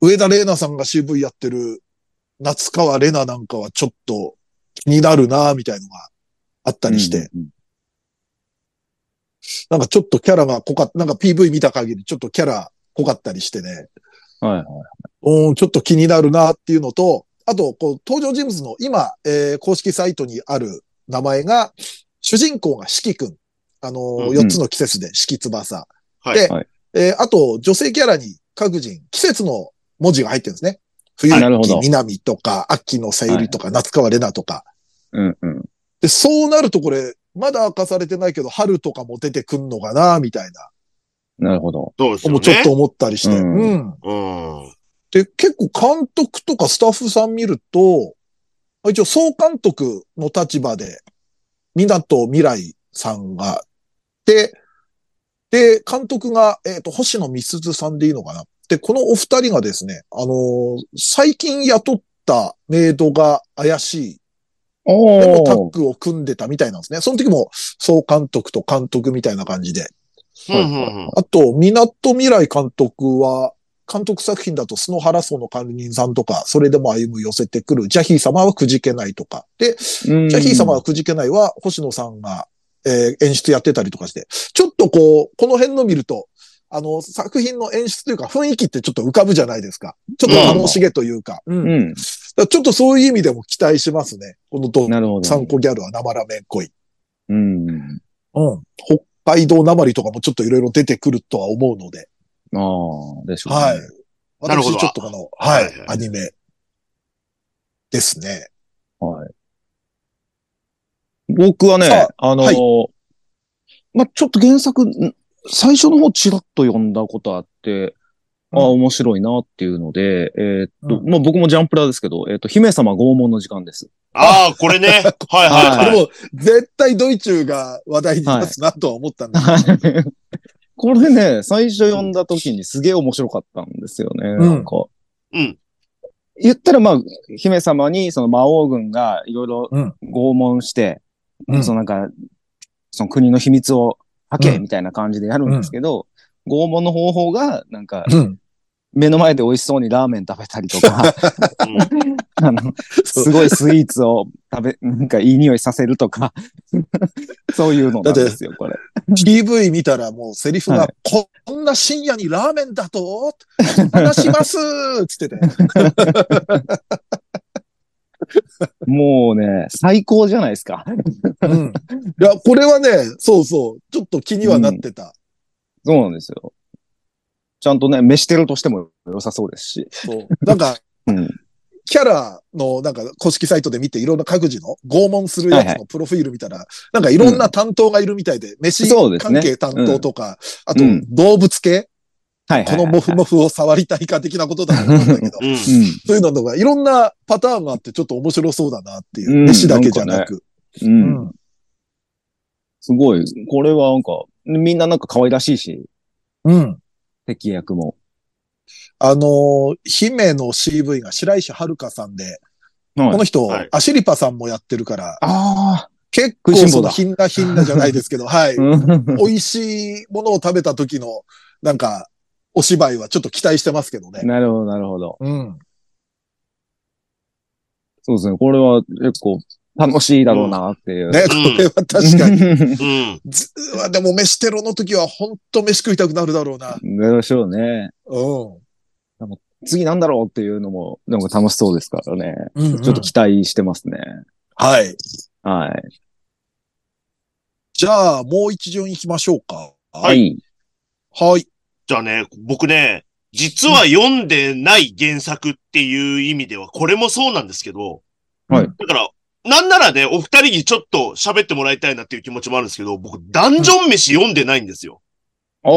B: 上田玲奈さんが CV やってる夏川玲奈なんかはちょっと気になるな、みたいのがあったりして、
C: うん。
B: なんかちょっとキャラが濃かった、なんか PV 見た限りちょっとキャラ濃かったりしてね、
C: はいはい。
B: うん、ちょっと気になるなっていうのと、あと、こう、登場人物の今、えー公式サイトにある名前が、主人公が四季くん。あのー、
D: うん
B: 4つの季節で四季翼。
D: はい
B: で、
C: はい
B: えーあと、女性キャラに各人、季節の文字が入ってるんですね。冬、
C: なるほ
B: 秋、
C: ど
B: 南とか、秋のさゆりとか、夏川玲奈とか。
C: うんうん。
B: で、そうなるとこれ、まだ明かされてないけど、春とかも出てくんのかな、みたいな、
C: なるほど。
D: そうですよ
B: も
D: ね。
B: うちょっと思ったりして。
C: うん
B: うん
D: うん。
B: で、結構監督とかスタッフさん見ると、一応総監督の立場で、港未来さんが、で、で、監督が、えっ、と、星野美鈴さんでいいのかなで、このお二人がですね、あのー最近雇ったメイドが怪しい。
C: お
B: でもタッ
C: お。
B: グを組んでたみたいなんですね。その時も総監督と監督みたいな感じで。
D: うんうんうん
B: あと、港未来監督は、監督作品だと、篠原荘の管理人さんとか、それでも歩む寄せてくる、ジャヒー様はくじけないとか。で、
C: ジャ
B: ジャヒー様はくじけないは、星野さんが、えー演出やってたりとかして、ちょっとこう、この辺の見ると、あの、作品の演出というか、雰囲気ってちょっと浮かぶじゃないですか。ちょっと楽しげというか。うん
C: う
B: だか
C: ん。
B: らちょっとそういう意味でも期待しますね。このド
C: なるほど。
B: サンコギャルは生ラメン恋。
C: うん。
B: うん。北海道なまりとかもちょっといろいろ出てくるとは思うので。
C: ああ、でしょうね。
B: はい。
D: なるほど
B: 私ちょっとこの、はい、
D: はいはい
B: アニメですね。
C: はい。僕はね
B: さ、
C: あのー
B: は
C: まあ、ちょっと原作、ん最初の方ちらっと読んだことあって、ああ、
B: うん
C: 面白いなっていうので、えーっと、
B: うん
C: まあ、僕もジャンプラーですけど、えーっと、姫様拷問の時間です。
D: ああ、これね。はいは い
B: で
D: はい。
B: も、絶対ドイチューが話題に出すなとは思ったんですけ
C: これね、最初読んだ時にすげえ面白かったんですよね。
B: ん
C: なんか。
D: うん。
C: 言ったらまあ、姫様にその魔王軍がいろいろ
B: うん
C: 拷問して、
B: ど。
C: そのなんか、その国の秘密を吐け
B: うん
C: みたいな感じでやるんですけど、拷問の方法が、なんか、
B: うん。
C: 目の前で美味しそうにラーメン食べたり とか、
D: うん
C: あの、すごいスイーツを食べ、なんかいい匂いさせるとか、 そういうのなんですよ、これ。
B: PV 見たらもうセリフが、
C: は
B: こんな深夜にラーメンだと話しますつ ってて。
C: もうね、最高じゃないですか。
B: うん。いや、これはね、そうそう、ちょっと気にはなってた。
C: そうなんですよ。ちゃんとね、飯テロとしても良さそうですし。
B: そう。なんか、
C: うん。
B: キャラの、なんか、公式サイトで見て、いろんな各自の拷問するやつのプロフィール見たら、なんかいろんな担当がいるみたいで、飯
C: そうです
B: 関
C: ね
B: 係担当とか、あ
C: う
B: と
C: ん、
B: 動物系、
C: はいはいはい
B: このモフモフを触りたいか的なことだと思うんだけど、
D: うん
B: そういうのが、いろんなパターンがあって、ちょっと面白そうだなっていうう。
C: ん
B: 飯だけじゃなく。
C: うん。
B: う
C: うん。すごい。これはなんか、みんななんか可愛らしいし、
B: ん。うん。
C: 敵役も。
B: あのー姫の CV が白石遥さんで、
C: はい
B: この人
D: はい、
B: アシリパさんもやってるから、
C: ああ。
B: 結
C: 食
B: 構
C: いしん
B: そ
C: 坊
B: の
C: だ
B: ひんなひんなじゃないですけ ど、はい。
C: うん
B: 美味しいものを食べた時の、なんか、お芝居はちょっと期待してますけどね。
C: なるほど、なるほど。
B: うん。
C: そうですね。これは結構楽しいだろうなっていう。
B: ね、これは確かに。
C: に。
D: うん。
B: ずうわでも、飯テロの時は本当飯食いたくなるだろうな。
C: でしょうね。
B: うん。
C: 次なんだろうっていうのも、なんか楽しそうですからね。
B: うんうん
C: ちょっと期待してますね。
B: はい。
C: はい。。
B: じゃあ、もう一巡行きましょうか。
D: はい
B: はい。
D: じゃあね、僕ね、実は読んでない原作っていう意味では、これもそうなんですけど、
C: はい
D: だから、なんならね、お二人にちょっと喋ってもらいたいなっていう気持ちもあるんですけど、僕、ダンジョン飯読んでないんですよ。
C: ああ、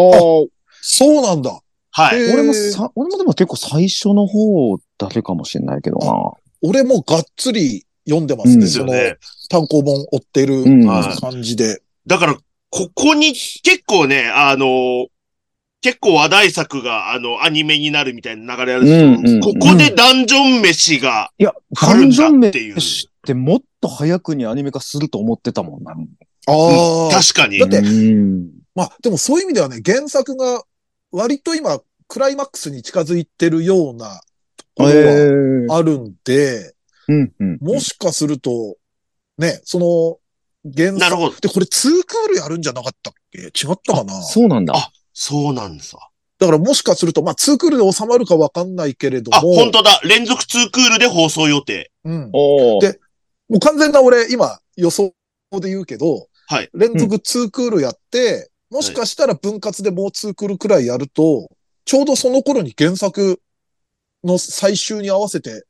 B: そうなんだ。
D: はい。
B: えー
C: 俺もさ、俺もでも結構最初の方だけかもしれないけどな。
B: 俺もがっつり読んでます
C: うん
B: ね。
D: です
B: そ
D: よ
B: の
D: ね。
B: 単行本追ってる
C: うん
D: はい
B: 感じで。
D: だから、ここに結構ね、あの、結構話題作が、あの、アニメになるみたいな流れあるんですけど、
C: うんうん
D: ここでダンジョン飯が、
C: いや、
D: あ
C: ダ
D: るん
C: ンジ
D: だ
C: ョン
D: っていう
C: 飯ってもっと早くにアニメ化すると思ってたもんな。
B: ああ。
D: 確かに
B: だ。って
C: うん
B: まあ、でもそういう意味ではね、原作が割と今、クライマックスに近づいてるようなとこ
C: え
B: ろ
C: ー
B: はあるんで、
C: うんうん
B: もしかすると、ね、その、原
D: なる
B: 作。
D: ほど。
B: で、これ2クールやるんじゃなかったっけ違ったかな
C: そうなんだ。
D: あそうなんですわ。
B: だからもしかすると、まあ2クールで収まるかわかんないけれども、
D: あ、本当だ。連続2クールで放送予定。
B: うん。も
C: おー
B: でう完全な俺、今予想で言うけど、
D: はい
B: 連続2クールやって、もしかしたら分割でもう2クールくらいやると、ちょうどその頃に原作の最終に合わせて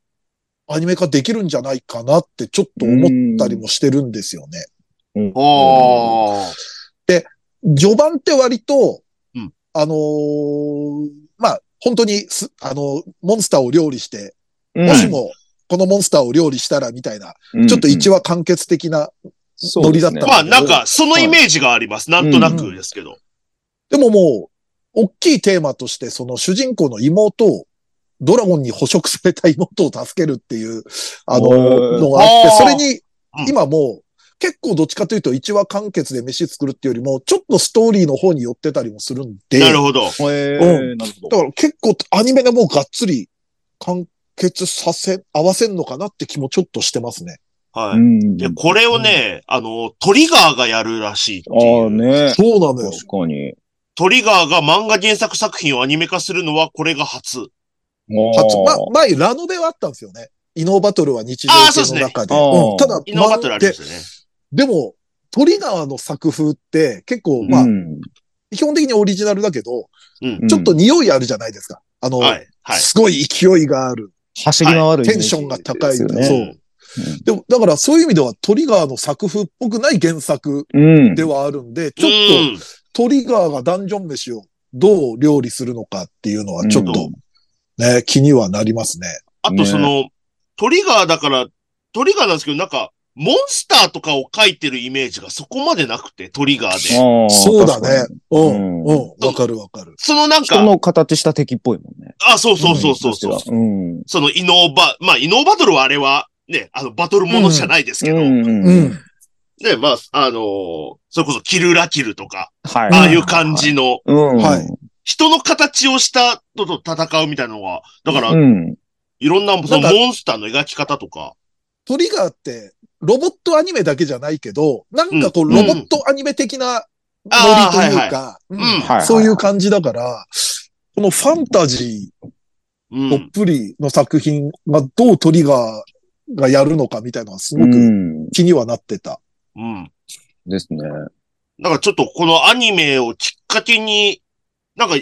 B: アニメ化できるんじゃないかなってちょっと思ったりもしてるんですよね。
C: うん
D: おー。
B: 序盤って割と、
D: うん
B: あのーまあ、本当にす、あのーモンスターを料理して、
C: うん
B: もしも、このモンスターを料理したらみたいな、ちょっと一
C: 応
B: 話完結的な、ノリだった
D: まあ、なんか、そのイメージがあります。なんとなくですけど。
B: でももう、大きいテーマとして、その主人公の妹を、ドラゴンに捕食された妹を助けるっていう、あの、
C: へー
B: のがあって、
D: あー
B: それに
D: う、ん
B: 今もう、結構どっちかというと1話完結で飯作るっていうよりも、ちょっとストーリーの方に寄ってたりもするんで、
D: なるほど。
C: え
B: う
C: ーなるほ
B: だ
C: ど。
B: から結構アニメがもうがっつり完結させ、合わせんのかなって気もちょっとしてますね。
D: は
C: う
D: い。
C: ん
D: で、これをね、あの、トリガーがやるらしいって
C: あ
D: いう
C: あ。ね。
B: そうなのよ。
C: 確かに。
D: トリガーが漫画原作作品をアニメ化するのはこれが初。
B: 初、ま
C: あー、
B: 前、ラノベはあったんですよね。イノーバトルは日常
D: あーそうです
B: 系
D: ね
B: の中で。
C: あー
B: うんただ、
D: イノバトルありま
B: で
D: したよね。
B: でも、トリガーの作風って結構、まあ、
C: うん
B: 基本的にオリジナルだけど、
D: うん。
B: ちょっと匂いあるじゃないですか。あの、
D: はい。はい。
B: すごい勢いがある。
C: 走り回るイメ
B: テ
C: ージ
B: ンションが高い
C: ですよ
B: そ
C: ね。
B: うでも、だからそういう意味ではトリガーの作風っぽくない原作
C: うん
B: ではあるんで、ちょっと、
D: っと。
B: トリガーがダンジョン飯をどう料理するのかっていうのはちょっとね、気にはなりますね。
D: あとその、トリガーだから、トリガーなんですけど、なんか、モンスターとかを描いてるイメージがそこまでなくて、トリガーで。
C: あー
B: そうだね
C: 確かに。
B: うん。
C: う
B: うんん。わかるわかる。
D: そのなん
C: 人
D: か、
C: の形した敵っぽいもんね。
D: あ、そうそうそうそうそう。
C: う。うん。
D: その、イノーバ、まあ、イノーバトルはあれは、ね、あの、バトルものじゃないですけど、
B: う
C: うん。
B: ん。
D: ね、まあ、あのーそれこそ、キルラキルとか、
C: はい。
D: ああいう感。じの、
C: うん。
B: はい
D: 人の形をしたのと戦うみたいなのが、だから、
C: うん。
D: いろんな、その
B: なんか
D: モンスターの描き方とか、
B: トリガーってロボットアニメだけじゃないけど、なんかこ
D: う
B: うんロボットアニメ的なノ
D: あー
B: リと
D: はいいう
B: か、うん
D: うん
C: はい
B: そういう感じだから、このファンタジ
D: う
B: ーどっ
D: ん。
B: ぷりの作品がどうトリガーがやるのかみたいなのはすご
C: う
B: く
C: ん。
B: 気にはなってた。
D: うん。
C: ですね。
D: なんかちょっとこのアニメをきっかけに、なんか、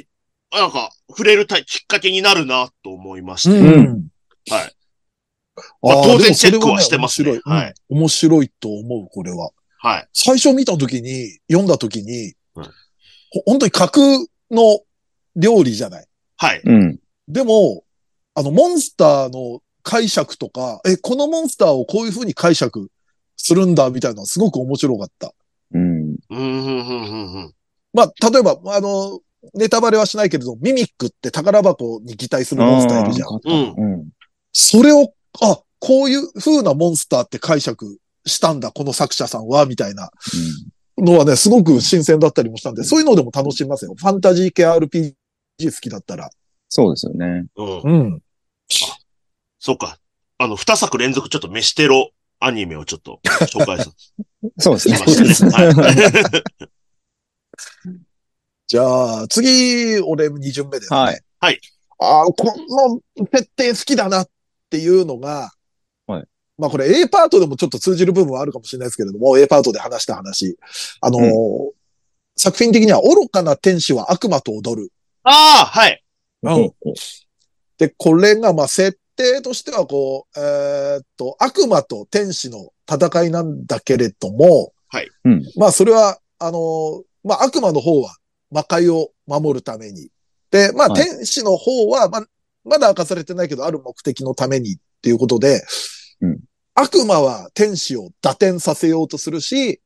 D: なんか、触れるたきっかけになるなと思いました。
C: ん
D: はい。
B: あー
D: まあ
B: で
D: 当然
B: もそれ
D: チェックはしてますね
B: 面白い。
D: はい
B: うん面白いと思う、これは。
D: はい。
B: 最初見たときに、読んだときに、
D: うん
B: ほ本当に架空の料理じゃない。
D: はい。
C: うん。
B: でも、あの、モンスターの解釈とか、え、このモンスターをこういう風に解釈するんだ、みたいなのはすごく面白かった。
C: うん。
D: うん、うん、うん、うんうん。
B: まあ、例えば、あの、ネタバレはしないけれど、ミミックって宝箱に擬態するモンスターいるじゃん。
D: うん。
C: うん。
B: それを、あ、こういう風なモンスターって解釈したんだ、この作者さんは、みたいなのはね、すごく新鮮だったりもしたんで、そういうのでも楽しみますよ。ファンタジー系 RPG 好きだったら。
C: そうですよね。
D: うん。
B: うん。
D: そうか。あの、二作連続ちょっと飯テロアニメをちょっと紹介し
C: そうですね
D: ま。 したね。はい。
B: じゃあ、次、俺2巡目ですね。
C: はい。
D: はい。
B: ああ、この設定好きだなっていうのが、
C: はい。
B: まあこれ A パートでもちょっと通じる部分はあるかもしれないですけれども、A パートで話した話。あのー作品的には愚かな天使は悪魔と踊る。
D: ああ、はい。
B: うんで、これが、まあ、設定としては、こう、えーっと、悪魔と天使の戦いなんだけれども、
D: はい
C: うん
B: まあ、それは、あのーまあ、悪魔の方は魔界を守るために。で、まあ、
C: はい
B: 天使の方は、まあ、まだ明かされてないけど、ある目的のためにっていうことで、
C: うん
B: 悪魔は天使を打点させようとするし、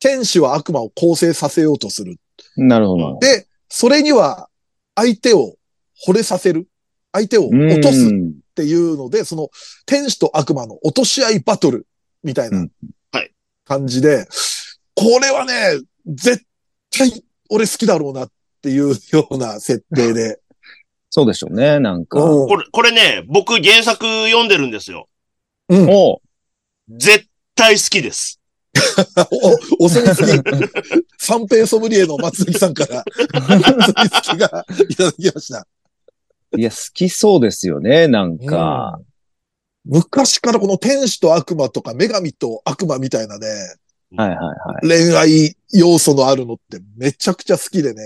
B: 天使は悪魔を構成させようとする。
C: なるほど。
B: で、それには相手を惚れさせる。相手を落とす
C: う
B: っ
C: ん
B: ていうので、その天使と悪魔の落とし合いバトルみたいな
C: うん
D: はい
B: 感じで、これはね、絶対俺好きだろうなっていうような設定で。
C: そうでしょうね、なんか。
B: うん
D: これ、これね、僕原作読んでるんですよ。
B: うん
C: おう
D: 絶対好きです。
B: お、お墨付き、三平ソムリエの松崎さんから、お墨付きがいただきました。
C: いや、好きそうですよね、なんか。
B: 昔からこの天使と悪魔とか女神と悪魔みたいなね、
D: うん
C: はいはいは
B: 恋愛要素のあるのってめちゃくちゃ好きでね。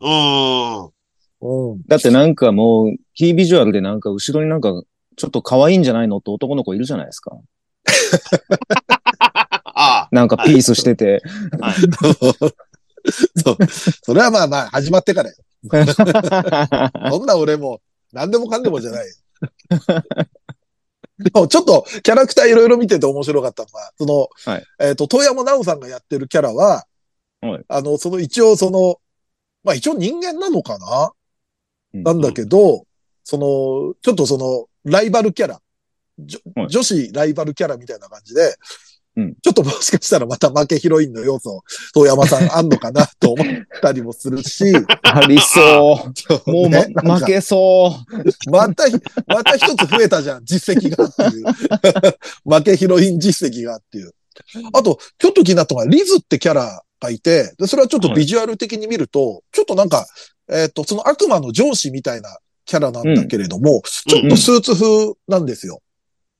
D: うーん。
B: うん
C: い。。だってなんかもう、キービジュアルでなんか後ろになんか、ちょっと可愛いんじゃないのって男の子いるじゃないですか。
D: ああ、
C: なんかピースしてて。
B: そう。それはまあまあ、始まってからよ。
C: は
B: そんな俺も、何でもかんでもじゃない よ。でもちょっとキャラクターいろいろ見てて面白かったのが、その、
C: はい
B: えっ、と、遠山奈緒さんがやってるキャラは、
C: はい
B: あの、その一応その、まあ一応人間なのかな、
C: うん
B: なんだけど、その、ちょっとその、ライバルキャラ、じょ
C: はい
B: 女子ライバルキャラみたいな感じで、
C: うん
B: ちょっともしかしたらまた負けヒロインの要素、遠山さんあんのかなと思ったりもするし、
C: あり そう。もう、
B: ね
C: ま
B: なんか
C: 負けそう。
B: またひ、また一つ増えたじゃん、実績がっていう。 負けヒロイン実績がっていう。あと、ちょっと気になったのが、リズってキャラがいて、でそれはちょっとビジュアル的に見ると、ちょっとなんか、えっ、と、その悪魔の上司みたいなキャラなんだけれども、ちょっとスーツ風なんですよ。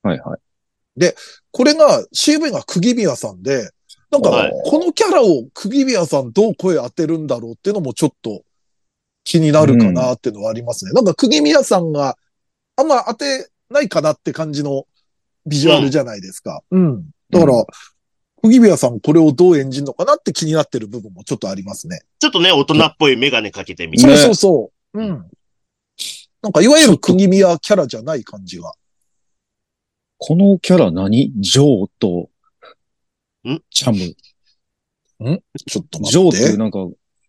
C: はいはい。
B: これが CV が釘宮さんで、なんか
D: はい、
B: このキャラを釘宮さんどう声当てるんだろうっていうのもちょっと気になるかなっていうのはありますね。なんか釘宮さんがあんま当てないかなって感じのビジュアルじゃないですか。うん。だから、釘宮さんこれをどう演じるのかなって気になってる部分もちょっとありますね。
D: ちょっとね、大人っぽいメガネかけてみ
C: ね
D: て。
B: そうそうそう。うん。なんかいわゆる釘宮キャラじゃない感じが。
C: このキャラ何ジョーと
D: ん、
C: チャム。
B: ちょっと
C: ジ
B: 待
C: ョー
B: っ
C: っていう
B: て。
C: なんか、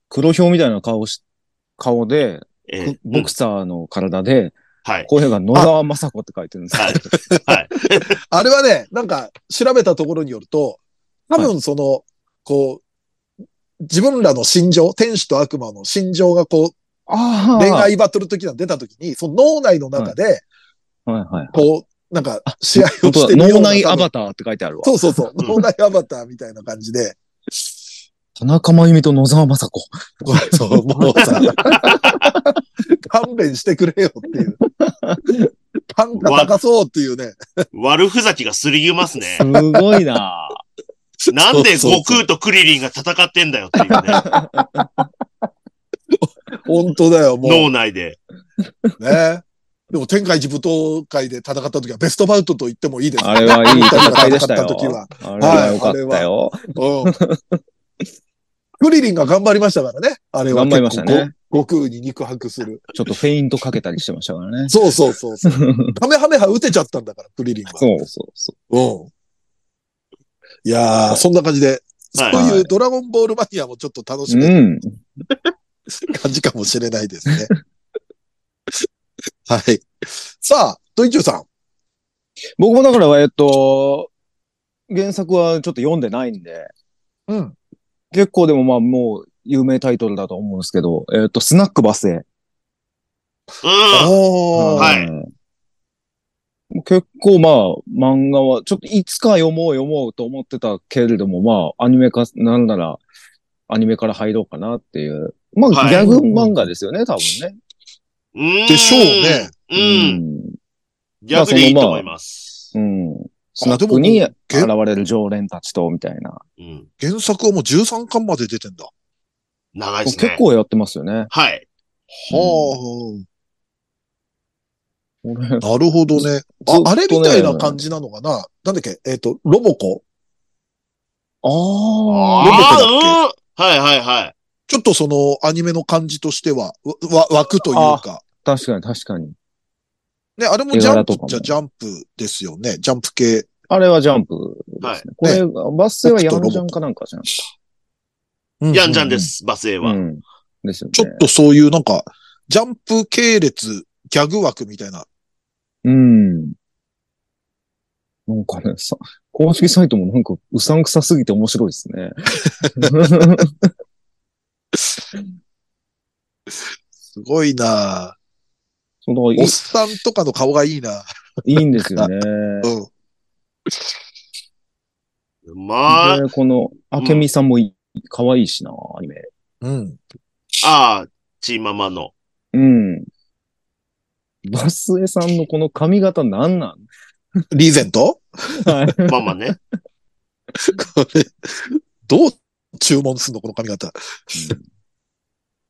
C: 黒ひょうみたいな顔し、顔で、
D: え
C: く
D: ー
C: ボクサーの体で、
D: はい。
C: 声が野沢雅子って書いてるんですよ。
D: はい。はい。
B: あれはね、なんか調べたところによると、多分その、こう、自分らの心情、天使と悪魔の心情がこう、
C: あ
B: 恋愛バトル的なの出た時に、その脳内の中で、
C: はいはい。
B: こう、なんか試合を
C: 本当
B: し
C: だ
B: てるような。
C: 脳内ア
B: ター。
C: バターって書いてあるわ。
B: そうそうそう。
D: うん
B: 脳内アバターみたいな感じで。
C: 田中真由美と野沢雅子。
B: こうそう、もうさ、勘弁してくれよっていう。単価高そうっていうね。
D: 悪ふざけがすりゆますね
C: す。ごいなぁ
D: なん で
B: そうそうそう
D: 悟空とクリリンが戦ってんだよっていうね。
B: 本当だよ、 もう。
D: 脳内で。
B: ね。でも天下一舞踏会で戦った時はベストバウトと言ってもいいです。
C: あれはいい戦いでした
B: 戦った時
C: よ
B: は。
C: あれは良かっ
B: はいあ
C: た
B: れ
C: よ。
B: うん。クリリンが頑張りましたからね。あれは
C: 頑張りましたね
B: 結構ご。悟空に肉薄する。
C: ちょっとフェイントかけたりしてましたから ね。
B: そうそうそうそう。カメハメハ打てちゃったんだから、クリリンは。
C: そうそうそ
B: うん。いやー、そんな感じで、
D: はい
B: そういうドラゴンボールマニアもちょっと楽し
C: う。う
B: める
C: ん。
B: 感じかもしれないですね。はい。さあ、ドイチューさん。
C: 僕もだから、えっと、原作はちょっと読んでないんで、
B: うん。
C: 結構でもまあもう有名タイトルだと思うんですけど、えっと、スナックバスへ。
D: うん。
B: おー。
D: はい
C: うん結構まあ漫画は、ちょっといつか読もう読もうと思ってたけれども、まあアニメ化、なんならアニメから入ろうかなっていう。まあ、
D: はい
C: ギャグ漫画ですよね、多分ね。
D: うん
B: でしょうね。
D: うん。逆でいいと思います。
C: うん。うん。スナックに
B: あで
C: 現
B: も
C: れる常連たちと、みたいな。
D: うん。
B: 原作はもう13巻まで出てんだ。
D: 長いですね。
C: 結。構やってますよね。
D: はい。
B: は
C: これ
B: あ、なるほどね。
C: ずっ
B: あ
C: と、ね
B: あれみたいな感じなのかななんだっけえっ、と、ロボコ
C: ああ。
B: ロボコだっ
D: ああ、うん。はいはいはい。
B: ちょっとそのアニメの感じとしては、わ、わ枠というか。
C: 確かに確かに。
B: ね、あれも
C: 絵
B: ジャ
C: 柄
B: ンプ
C: とかも
B: じゃジャンプですよね。ジャンプ系。
C: あれはジャンプですね。
B: はい
C: これ、バスはヤンジャンかなんかじゃん。
B: うん
D: やんじゃんです、バスエは。
C: うん。ですよね。
B: ちょっとそういうなんか、ジャンプ系列、ギャグ枠みたいな。
C: うん。なんかね、さ、公式サイトもなんかうさんくさすぎて面白いです ね。
B: すごいな
C: そのい
B: ぁおっさんとかの顔がいいなぁ
C: いいんで すよね。
B: うん。
D: まあ、
C: で、この、あけみさんもいい可愛いしな、アニメ。
B: うん。
D: ああ、チーママの。
C: うん。バスエさんのこの髪型なんなん
B: リーゼント
C: はい
D: ママね。
B: これ、どう注文すんのこの髪型。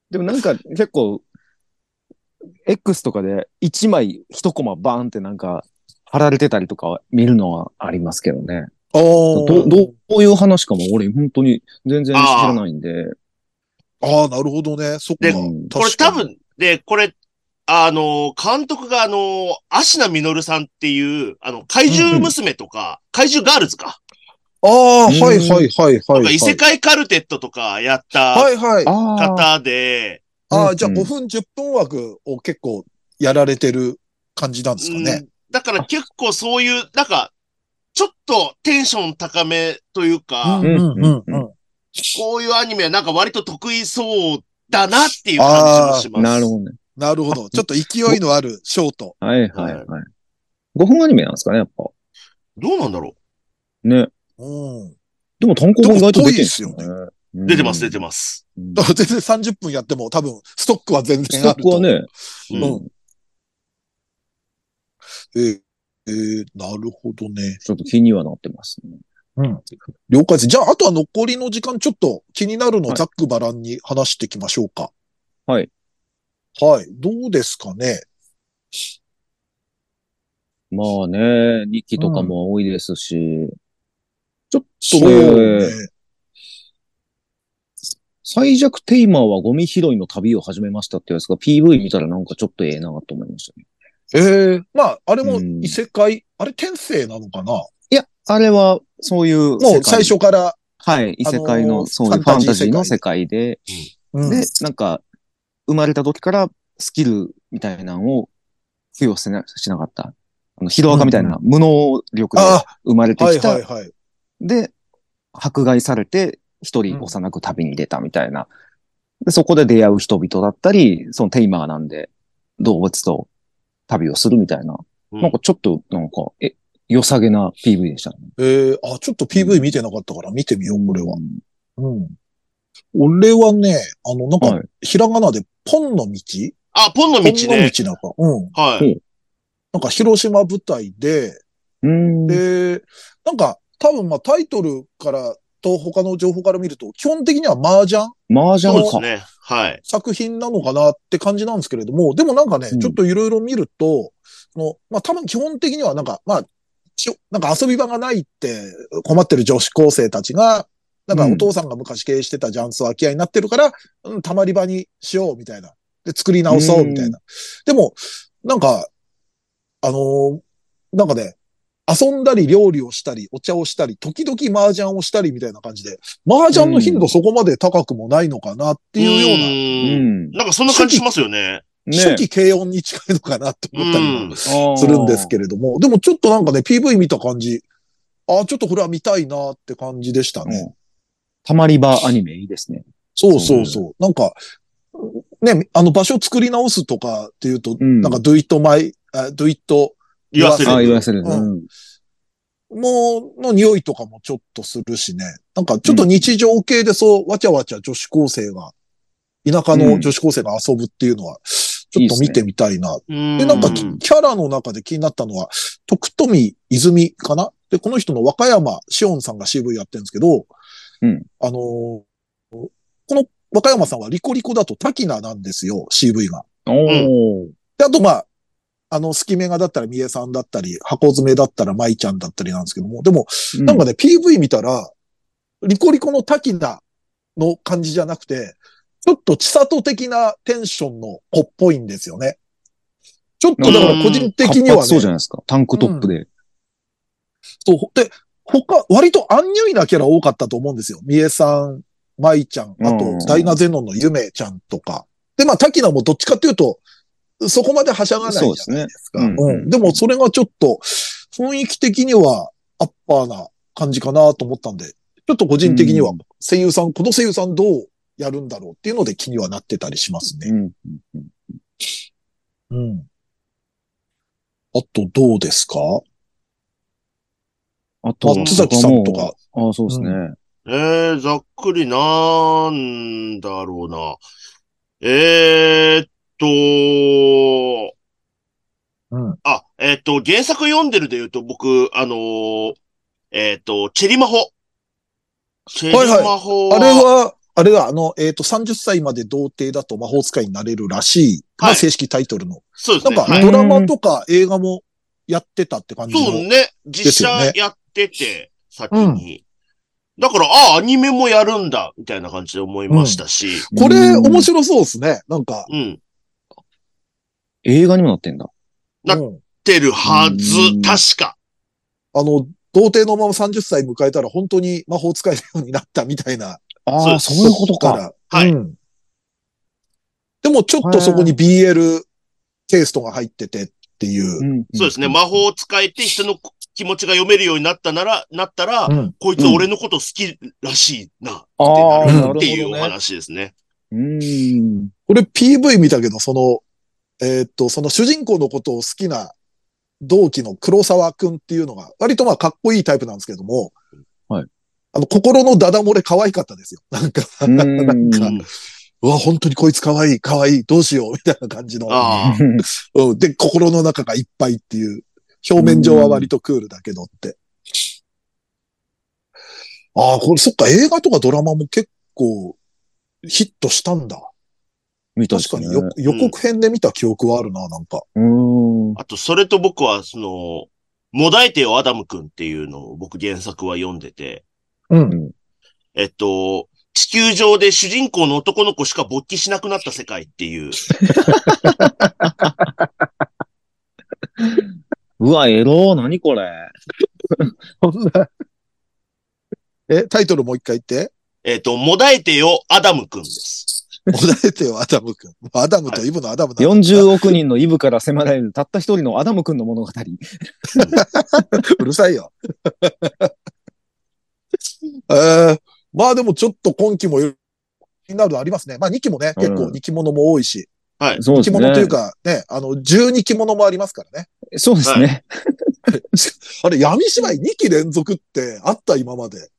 C: でもなんか結構、X とかで1枚1コマバーンってなんか貼られてたりとか見るのはありますけどね。
B: ああ。
C: どどういう話かも俺本当に全然知らないんで。
B: ああ、なるほどね。そっか。
D: で
C: うん
D: これ
B: 確かに。
D: 多分、で、これ、あの、監督があの、芦名実さんっていう、あの、怪獣娘とか、怪獣ガールズか。
B: ああ、
C: うん
B: はいはいはいは
D: と
B: い、
D: か、
B: はい。
D: 異世界カルテットとかやった
B: はいはい。あ
C: ああ。
D: 方で、
B: あ
C: う
B: ー、
C: ん
B: じゃあ5分10分枠を結構やられてる感じなんですかね。。
D: うんだから結構そういう、なんか、ちょっとテンション高めというか、
C: んうんうん
D: こういうアニメはなんか割と得意そうだなっていう感じもします。
C: なるほどね。
B: なるほど。ちょっと勢いのあるショート。
C: はいはいはい。5分アニメなんですかね、やっぱ。
D: ど。うなんだろ
C: ね。
B: うん。
C: でも単行本意外と出てるんですよ
B: で
C: ね。
D: う出てます、出て
C: ま
D: ます。
C: す。うん
B: だから全然30分やっても多分ストックは全
C: ス
B: 然
C: ト
B: あ
C: ッ
B: ると。
C: クはね。
D: う
B: うん
D: ん。
B: えーえーなるほどね。
C: ちょっと気にはなってますね。
B: 了解です。じゃあ、あとは残りの時間、ちょっと気になるのを
C: はい
B: ざっくばらんに話していきましょうか。
C: はい。
B: はい。どうですかね。
C: まあね、2期とかも多いですし、ちょっと
B: そう
C: ね、
B: ね。
C: 最弱テイマーはゴミ拾いの旅を始めましたってやつが PV 見たらなんかちょっとええなと思いましたね。
B: ええまあ、あれも
C: うん
B: 異世界、あれ転生なのかなも
C: いや、あれはそういう世界。
B: う最初から。
C: はい、異世界
B: あの
C: の、
B: ー
C: そういうフ
B: ファ
C: ァ
B: ン
C: ン
B: タ
C: タ
B: ジ
C: ジ
B: ー
C: ー
B: の
C: の
B: 世
C: 世界で、
B: うん
C: で、なんか、生まれた時からスキルみたいなのを付与しなしなかった。あの、ヒロアカみたいな無能力で
B: あ
C: 生まれて
B: はい
C: き
B: はい
C: た。
B: はい。
C: で、迫害されて一人幼く旅に出たみたいな。で、そこで出会う人々だったり、そのテイマーなんで動物と旅をするみたいな。
D: うん
C: なんかちょっと、なんか、え、良さげな PV でしたね。
B: ええあ、ちょっと PV 見てなかったから見てみよう、これは
C: う。ん
B: うん。俺はね、あの、なん
C: は
B: か
C: い、。
B: ひらがなで、ポンの道
D: あ、ポンの
B: ポン
D: 道
B: の
D: ね。
B: 道なんか、うん。
D: はい。
B: なんか、広島舞台で、
C: うん。
B: で、なんか、多分まあタイトルからと他の情報から見ると、基本的には麻雀
C: 麻雀
D: そうで
C: か。
D: すね。はい。
B: 作品なのかなって感じなんですけれども、でもなんかね、
C: うん
B: ちょっといろいろ見ると、そのまあ多分基本的にはなんか、まあ、ちょなんか遊び場がないって困ってる女子高生たちが、なんか
C: うん
B: お父さんが昔経営してたジャンスを空き家になってるから、うん、たまり場にしようみたいな。で、作り直そうみたいな。でも、なんか、あのーなんかね、遊んだり料理をしたり、お茶をしたり、時々麻雀をしたりみたいな感じで、麻雀の頻度そこまで高くもないのかなっていうような、
C: う
D: ような。
C: ん。ね
D: なんかそんな感じしますよね。
B: 初期軽音に近いのかなと思ったりもす
C: す
B: るんですけれども、でもちょっとなんかね、PV 見た感じ、ああ、ちょっとこれは見たいなって感じでしたね。
C: うんたまり場アニメいいですね。
B: そうそうそう。なんか、ね、あの場所作り直すとかっていうと、
C: うん
B: なんか do it my, あ do it
D: 言わせる。
C: ああ、
D: はい
C: 言わせる。
B: う
C: うん。
B: もの匂いとかもちょっとするしね。なんかちょっと日常系でそう、わちゃわちゃ女子高生が、田舎の女子高生が遊ぶっていうのは、ちょっと見てみたいなで、
D: で
B: なんかき、キャラの中で気になったのは、徳富泉かなで、この人の和歌山しおんさんが CV やってるんですけど、
C: うん
B: あのーこの和歌山さんはリコリコだとタキナなんですよ、CV が。
C: おー。
B: で、あとまあ、あの、スキメガだったらミエさんだったり、箱詰めだったら舞ちゃんだったりなんですけども、でも、なんかね、PV 見たら、リコリコのタキナの感じじゃなくて、ちょっと千里的なテンションの子っぽいんですよね。ちょっとだから個人的にはね、
C: 活発そうじゃないですか。タンクトップで。
B: そう。で、他、割とアンニュイなキャラ多かったと思うんですよ。三重さん、舞ちゃん、あ
C: うん
B: と、ダイナゼノンのゆめちゃんとか。で、まあ、滝名もどっちかっていうと、そこまではしゃがないじゃないですか。
C: そうですねうん
B: うんでも、それがちょっと、雰囲気的にはアッパーな感じかなと思ったんで、ちょっと個人的には
C: うん
B: 声優さん、この声優さんどうやるんだろうっていうので気にはなってたりしますね。
C: うん。
B: うん。あと、どうですか
C: あとは、
B: 松崎さんとか。
C: ああ、そうですね。
D: えー、ざっくりなんだろうな。えー、っと、
B: うん。
D: あ、えーっと、原作読んでるで言うと、僕、あのーえーっと、チェリマホ。チェリマホ
B: あれは、あれは、あの、えっ、と、30歳まで童貞だと魔法使いになれるらしい。まあ
D: はい
B: 正式タイトルの。
D: そうです
B: なん
D: ね。
B: か、
D: はい
B: ドラマとか映画もやってたって感じの。
D: そうね。実
B: ですよ
D: 写
B: ね
D: やってて、先に。だから、ああ、アニメもやるんだ、みたいな感じで思いましたし。
B: これ、
C: うん
B: 面白そうですね。なんか。
D: うん。
C: 映画にもなってんだ。
D: な
B: うん
D: 出るはず
C: うん、
D: 確か。
B: あの、童貞のまま30歳迎えたら本当に魔法使いのようになったみたいな。
C: ああ、
D: そ
C: そうういうことか。
B: ら
D: はい
B: うんでも、ちょっとそこに BL テイストが入っててっていう。
D: そうですね。魔法を使えて人の気持ちが読めるようになったなら、なったら、
B: うん
D: こいつ俺のこと好きらしいな、って
C: あ
B: ー
C: な
D: な
C: るほ
D: る
C: ど
D: っていうお
C: ね
D: 話ですね。
C: うん。
B: これ PV 見たけど、その、えーっと、その主人公のことを好きな同期の黒沢くんっていうのが、割とまあかっこいいタイプなんですけども、
C: はい。
B: あの、心のダダ漏れ可愛かったですよ。なんか、
C: うん
B: なん
D: う
B: か、
D: ん
B: うわ、本当にこいつ可愛い、可愛い、どうしよう、みたいな感じの。
D: ああ。
B: うん、で、心の中がいっぱいっていう、表面上は割とクールだけどって。ああ、これ、そっか、映画とかドラマも結構ヒットしたんだ。
C: 見た
B: 確かによ、予告編で見た記憶はあるな、なんか。
C: うん。
D: あと、それと僕は、その、もだえてよアダムくんっていうのを僕原作は読んでて、
B: うん。
D: えっと、地球上で主人公の男の子しか勃起しなくなった世界っていう。
C: うわ、エロー、何これ。
B: え、タイトルもう一回言って。
D: えっと、もだえてよアダムくんです。
B: もだえてよ、アダム君。アダムとイブのアダムだ。
C: 40億人のイブから迫られるたった一人のアダム君の物語。
B: うるさいよ。 えー、まあでもちょっと今期も気になるのありますね。まあ2期もね、結構2期ものも多いし。
C: そうで
B: 着
C: すね。
B: 物というかね、あの、12着物もありますからね。
C: そうですね。
B: あれ、闇芝居2期連続ってあった今まで。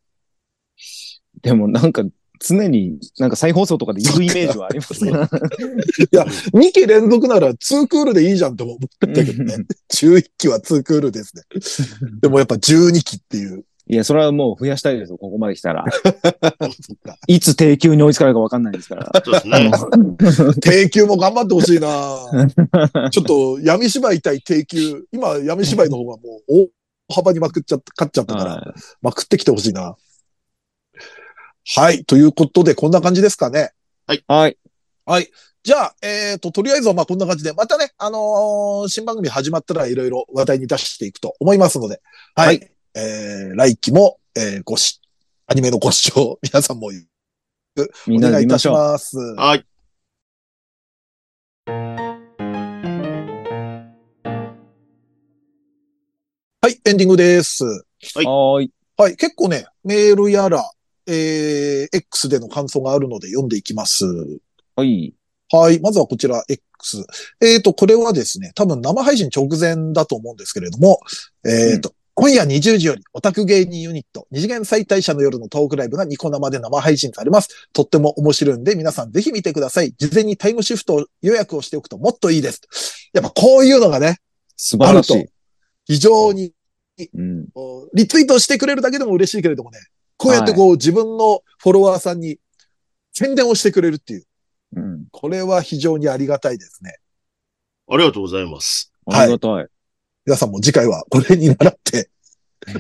C: でもなんか、常になんか再放送とかで言うイメージはありますね。
B: 2期連続なら2クールでいいじゃんって思ってたけど ね。11期は2クールですね。でもやっぱ12期っていう。
C: いや、それはもう増やしたいですよ、ここまで来たら。いつ定休に追いつかれるかわかんないですから。
D: そうですね。
B: 定休も頑張ってほ しいなちょっと闇芝居対定休。今、闇芝居の方がもう大幅にまくっちゃった、勝っちゃったから、
C: は
B: まくってきてほしいな。はい。ということで、こんな感じですかね。
C: いはい。
B: じゃあ、えっ、と、とりあえずはまあこんな感じで、またね、あのー新番組始まったらいろいろ話題に出していくと思いますので、はい。
C: はい
B: えー、来期も、えー、ごし、アニメのご視聴、皆さんも
C: み
B: お
C: んなで
B: 願い
C: 見
B: い
C: ま
B: た
C: し
B: し
C: ょう。
B: ます。
D: はい。
B: はい、エンディングです。
D: い
C: はーい。
B: はい、結構ね、メールやら、えー、X での感想があるので読んでいきます。
C: はい。
B: はい。まずはこちら、X。えっ、と、これはですね、多分生配信直前だと思うんですけれども、えっ、と、今夜20時よりオタク芸人ユニット、二次元再退社の夜のトークライブがニコ生で生配信されます。とっても面白いんで、皆さんぜひ見てください。事前にタイムシフト予約をしておくともっといいです。やっぱこういうのがね、
C: 素晴らし
B: ある
C: い。
B: 非常に
C: うん。
B: こうリツイートしてくれるだけでも嬉しいけれどもね、こうやってこう、自分のフォロワーさんに宣伝をしてくれるっていう、
C: うん。
B: これは非常にありがたいですね。
D: ありがとうございます。
C: ありがたい。
B: 皆さんも次回はこれに習って、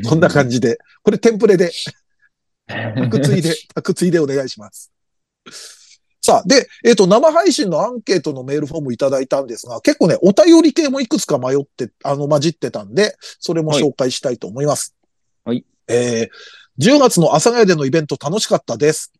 B: こんな感じで、こ れテンプレで、タクツイで、タクツイでお願いします。さあ、で、えっ、と、生配信のアンケートのメールフォームいただいたんですが、結構ね、お便り系もいくつか迷って、あの、混じってたんで、それも紹介したいと思います。
C: はい。
B: えー、10月の朝ヶ谷でのイベント楽しかったです。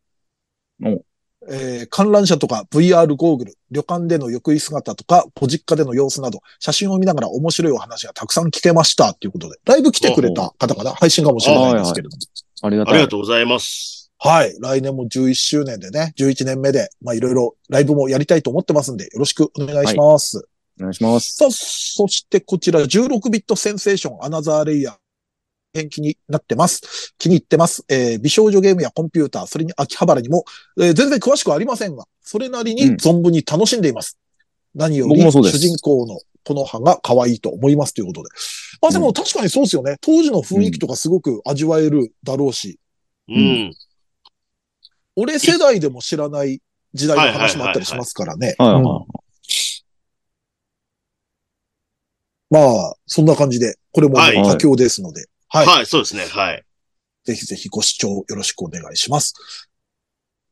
C: お
B: えー観覧車とか VR ゴーグル、旅館での浴衣姿とか、ご実家での様子など、写真を見ながら面白いお話がたくさん聞けました、ということで。ライブ来てくれた方かな配信かもしれないですけれども。
C: ありが
D: あ
C: た
D: り
C: い。
D: がとうございます。
B: はい。来年も11周年でね、11年目で、まあいろいろライブもやりたいと思ってますんで、よろしくお願いします。
C: お願いします。
B: さあ、そしてこちら16ビットセンセーションアナザーレイヤー。変気になってます。気に入ってます。えー美少女ゲームやコンピューター、それに秋葉原にも、えー全然詳しくはありませんが、それなりに
C: うん
B: 存分に楽しんでいます。何より、
C: 僕も
B: 主
C: そうです
B: 人公のこの葉が可愛いと思いますということで。まあで
C: う
B: も確かにそうですよね。当時の雰囲気とかすごく味わえるだろうし、
D: うんん。
B: 俺世代でも知らない時代の話もあったりしますからね。
C: はいはい
B: うんまあ、そんな感じで、これも
D: はい
B: 妥協ですので、はい
D: はい、そうですね。はい。
B: ぜひぜひご視聴よろしくお願いします。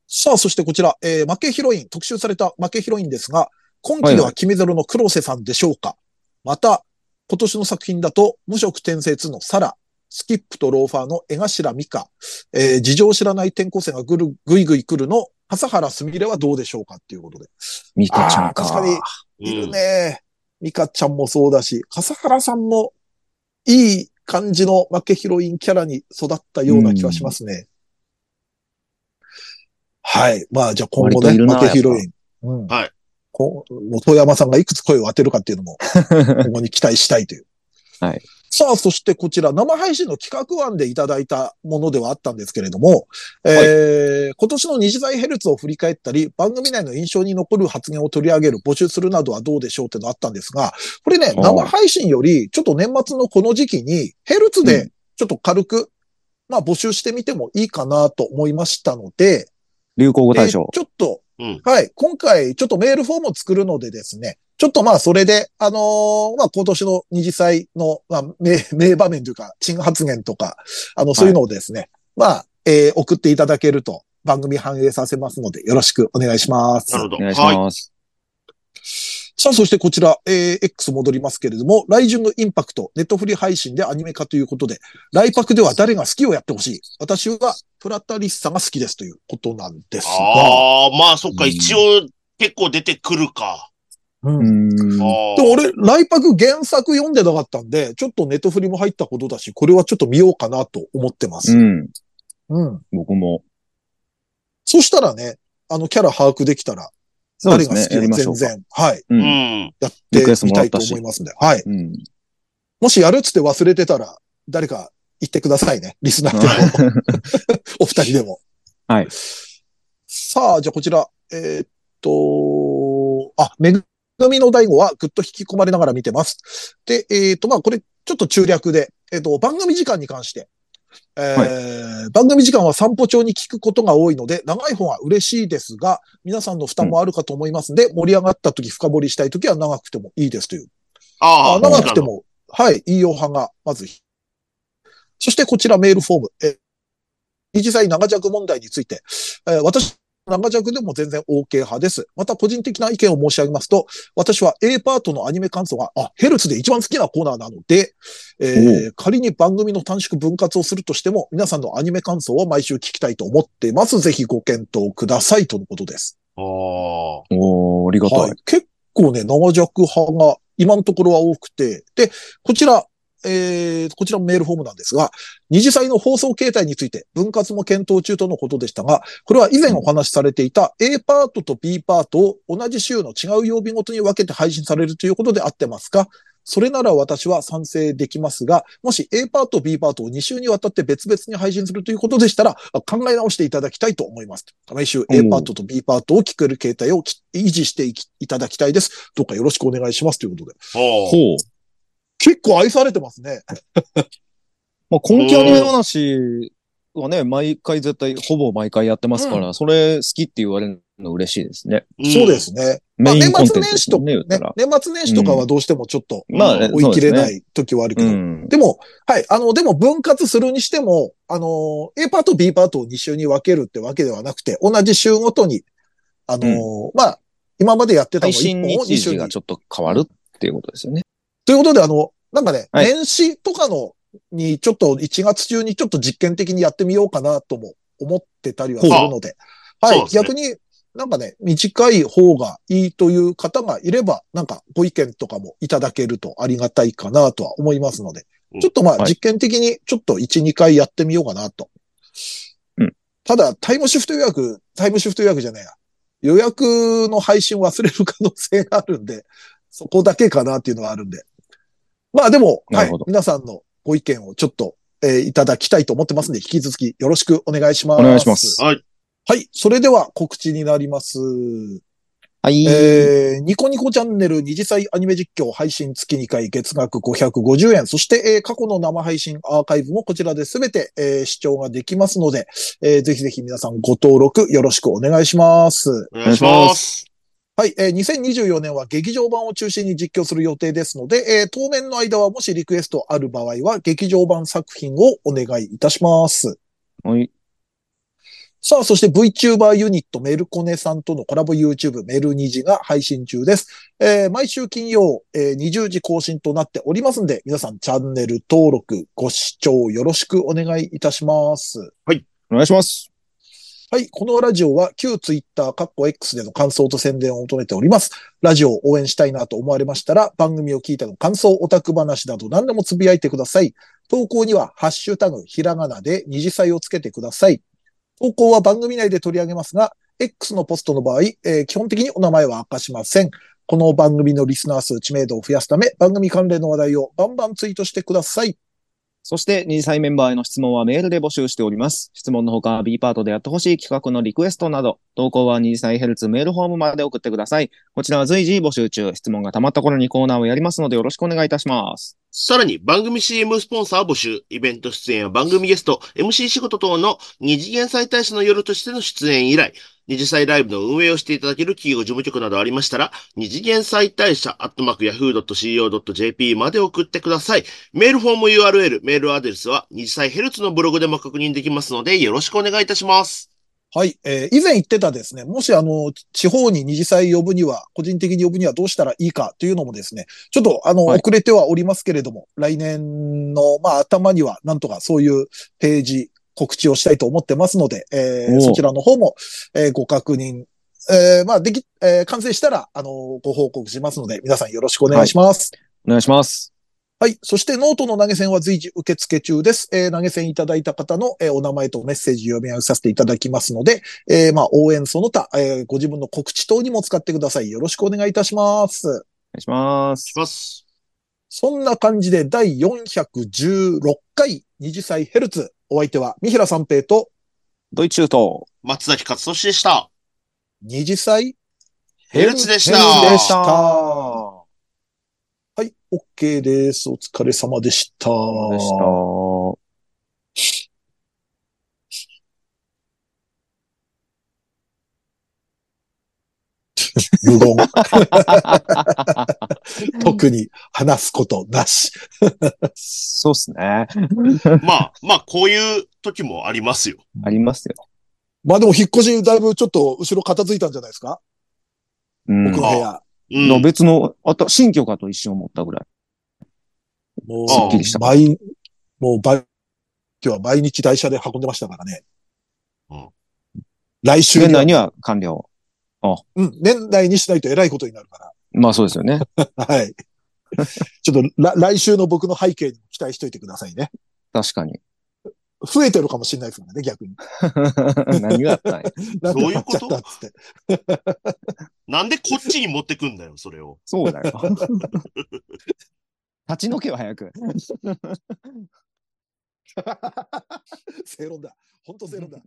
B: さあ、そしてこちら、えー負けヒロイン、特集された負けヒロインですが、今期で
C: はいは
B: は決めざるの黒瀬さんでしょうか、また、今年の作品だと、無色転生2のサラ、スキップとローファーの江頭美香、えー事情を知らない転校生がぐる、ぐいぐい来るの、笠原すみれはどうでしょうかっていうことで。
C: ミカちゃんか。
B: あー確かに、
D: うん
B: いるね。ミカちゃんもそうだし、笠原さんもいい感じの負けヒロインキャラに育ったような気はしますね。はい。まあ、じゃあ今後ね、
C: 割といるな
B: 負けヒロイン。うん
D: はい。
B: こもう遠山さんがいくつ声を当てるかっていうの も、今後に期待したいという。
C: はい。
B: さあ、そしてこちら、生配信の企画案でいただいたものではあったんですけれども、えー今年の日大ヘルツを振り返ったり、番組内の印象に残る発言を取り上げる、募集するなどはどうでしょうってのあったんですが、これね、
C: あー
B: 生配信より、ちょっと年末のこの時期に、ヘルツ
C: う
B: で、ちょっと軽く、まあ募集してみてもいいかなと思いましたので、
C: 流行語大
B: えー
C: 賞。
B: ちょっと、
D: うん
B: はい、今回ちょっとメールフォームを作るのでですね、ちょっとまあそれで、あのーまあ今年の二次祭の、まあ、名、名場面というか、珍発言とか、あの、そういうのをですね、まあ、えー送っていただけると番組反映させますので、よろしくお願いします。
D: なるほど。
C: お願いし
D: はい。
C: ます。
B: さあ、そしてこちら、えー X 戻りますけれども、来順のインパクト、ネットフリ配信でアニメ化ということで、来パクでは誰が好きをやってほしい。私は、プラタリッサが好きですということなんですが。
D: ああ、まあそっか、
C: うん
D: 一応結構出てくるか。
B: うん
C: うーん
D: あ。ー
B: でも俺、ライパク原作読んでなかったんで、ちょっとネットフリも入ったことだし、これはちょっと見ようかなと思ってます。
C: うん。
B: うん。
C: 僕も。
B: そしたらね、あの、キャラ把握できたら、
C: そうで
B: 誰が好。
C: すね
B: き
C: やり
B: を
C: ましょ
B: 全
C: うか。
B: 然、はい、
C: う。
D: うんん。
B: やっ
C: リクエス
B: て
C: ト
B: み
C: もら
B: た
C: っ
B: いと
C: たし
B: 思いますんで、はい。
C: うん。
B: もしやるっつって忘れてたら、誰か言ってくださいね。リスナーでも、 お二人でも。
C: はい。
B: さあ、じゃあこちら、えーっと、あ、めぐみの大悟はぐっと引き込まれながら見てます。で、えーっと、まあこれ、ちょっと中略で、えーっと、番組時間に関して、えー番組時間は散歩帳に聞くことが多いので、長い方は嬉しいですが、皆さんの負担もあるかと思いますので、盛り上がった時、深掘りしたい時は長くてもいいですという
D: あ
B: あ
D: あ、
B: 長くても、はい、いいお派が、まず。そしてこちらメールフォーム。え、二次祭長尺問題について。えー私、長尺でも全然 OK 派です。また個人的な意見を申し上げますと、私は A パートのアニメ感想が、あ、ヘルツで一番好きなコーナーなので、えー仮に番組の短縮分割をするとしても、皆さんのアニメ感想を毎週聞きたいと思っています。ぜひご検討くださいとのことです。
D: あ
C: おー、ありがた
B: はいい。。結構ね、長尺派が今のところは多くて、で、こちら、えー、こちらもメールフォームなんですが、二次祭の放送形態について分割も検討中とのことでしたが、これは以前お話しされていた A パートと B パートを同じ週の違う曜日ごとに分けて配信されるということで合ってますかそれなら私は賛成できますが、もし A パート、B パートを2週にわたって別々に配信するということでしたら、あ考え直していただきたいと思います。毎週 A パートと B パートを聞ける形態をき維持していきいただきたいです。どうかよろしくお願いしますということで。
D: あ。おー
C: ほう。
B: 結構愛されてますね。
C: まあ、今期アニメ話はね、毎回絶対、ほぼ毎回やってますから、それ好きって言われるの嬉しいですね。
D: ん
B: そうで。すね。ま
C: メ
B: あ年
C: インコン
B: 末年
C: テンツです
B: 始とか
C: もんね、
B: ね
C: 言ったら、。
B: 年末年始とかはどうしてもちょっと
C: まあね、
B: 追い切れな
C: そうですね。
B: い時はあるけ
C: う
B: ど、
C: ん。
B: でも、はい。あの、でも分割するにしても、あの、A パート、B パートを2週に分けるってわけではなくて、同じ週ごとにあのーまあ、今までやってた
C: 配
B: の一
C: 信
B: 本を2
C: 日
B: 週
C: 時
B: に
C: がちょっと変わるっていうことですよね。
B: ということで、あの、なんかね、
C: はい
B: 年始とかのに、ちょっと1月中にちょっと実験的にやってみようかなとも思ってたりはするので、
D: う
B: はい、
D: そうですね
B: 逆になんかね、短い方がいいという方がいれば、なんかご意見とかもいただけるとありがたいかなとは思いますので
D: うん、
B: ちょっとまあ
C: はい
B: 実験的にちょっと1、2回やってみようかなと。
C: うん
B: ただ、タイムシフト予約、タイムシフト予約じゃないや。予約の配信忘れる可能性があるんで、 そこだけかなっていうのはあるんで。まあでも、
C: な
B: は
C: る
B: い
C: ほど、
B: 皆さんのご意見をちょっと、えーいただきたいと思ってますんで、引き続きよろしくお願いします。
C: お願いします
D: はい。
B: はい、それでは告知になります。
C: はい。
B: えーニコニコチャンネル二次祭アニメ実況配信月2回月額550円。そして、えー過去の生配信アーカイブもこちらで全て、えー視聴ができますので、えーぜひぜひ皆さんご登録よろしくお願いします。
D: お願いします。
B: はい、えー2024年は劇場版を中心に実況する予定ですので、えー当面の間はもしリクエストある場合は劇場版作品をお願いいたします。
C: はい。
B: さあ、そして VTuber ユニットメルコネさんとのコラボ YouTube メルニジが配信中です。えー毎週金曜、えー20時更新となっておりますんで、皆さんチャンネル登録、ご視聴よろしくお願いいたします。
C: お願いします。
B: はい、このラジオは旧 Twitter、カッコ X での感想と宣伝を求めております。ラジオを応援したいなと思われましたら、番組を聞いたの感想、オタク話など何でもつぶやいてください。投稿には、ハッシュタグ、ひらがなで二次祭をつけてください。投稿は番組内で取り上げますが、X のポストの場合、えー基本的にお名前は明かしません。この番組のリスナー数知名度を増やすため、番組関連の話題をバンバンツイートしてください。
C: そして、二次祭メンバーへの質問はメールで募集しております。質問のほか、B パートでやってほしい企画のリクエストなど、投稿は二次祭ヘルツメールフォームまで送ってください。こちらは随時募集中。質問が溜まった頃にコーナーをやりますので、よろしくお願いいたします。
D: さらに番組 CM スポンサー募集、イベント出演や番組ゲスト、MC 仕事等の二次元祭大使の夜としての出演以来、二次祭ライブの運営をしていただける企業事務局などありましたら、二次元祭大社アットマーク yahoo.co.jp まで送ってください。メールフォーム URL、メールアドレスは二次祭ヘルツのブログでも確認できますので、よろしくお願いいたします。
B: はい。えー以前言ってたですね、もしあの、地方に二次祭呼ぶには、個人的に呼ぶにはどうしたらいいかというのもですね、ちょっとあの、
C: はい
B: 遅れてはおりますけれども、来年の、まあ、頭には、なんとかそういうページ、告知をしたいと思ってますので、えー
C: おう
B: そちらの方も、えーご確認、えーまあ、でき、えー完成したら、あのご報告しますので、皆さんよろしくお願いします。
C: お願いします。
B: はい。そしてノートの投げ銭は随時受付中です。えー投げ銭いただいた方の、えーお名前とメッセージ読み上げさせていただきますので、えーまあ、応援その他、えーご自分の告知等にも使ってください。よろしくお願いいたします。
C: お願いします
D: し。ます。
B: そんな感じで第416回二次祭ヘルツ。お相手は三平三平と
C: ドイツ中東。
D: 松崎勝利でした。
B: 二次祭
D: ヘルツでした
B: ヘルツでした。
C: あー
B: はい、OK です。お疲れ様でした。
C: でした。
B: 無言。 特に話すことなし。
C: そうですね。
D: まあ、まあ、こういう時もありますよ。
C: ありますよ。
B: まあでも引っ越しだいぶちょっと後ろ片付いたんじゃないですか、
C: うん
B: 僕の部屋。
D: う
C: の
D: ん。
C: 別の、あと、新居かと一瞬思ったぐらい。
B: も
D: すっき
C: りした
B: 毎、もうば、今日は毎日台車で運んでましたからね。
D: うん
B: 来週
C: 年
B: には
C: 内には完了。
B: うん、年内にしないと偉いことになるか
C: まあそうですよ ね。
B: ら。はい。ちょっとら来週の僕の背景に期待しといてくださいね。
C: 確かに。
B: 増えてるかもしれないですからね、逆に。
C: 何があったんや。
B: なん
D: ど
B: で買
D: ういう
B: っ
D: こ
B: ちゃ
D: と
B: ったっつって。
D: なんでこっちに持ってくんだよ、それを。
C: そうだよ。 立ち退けは早く。
B: 正論だ。本当正論だ。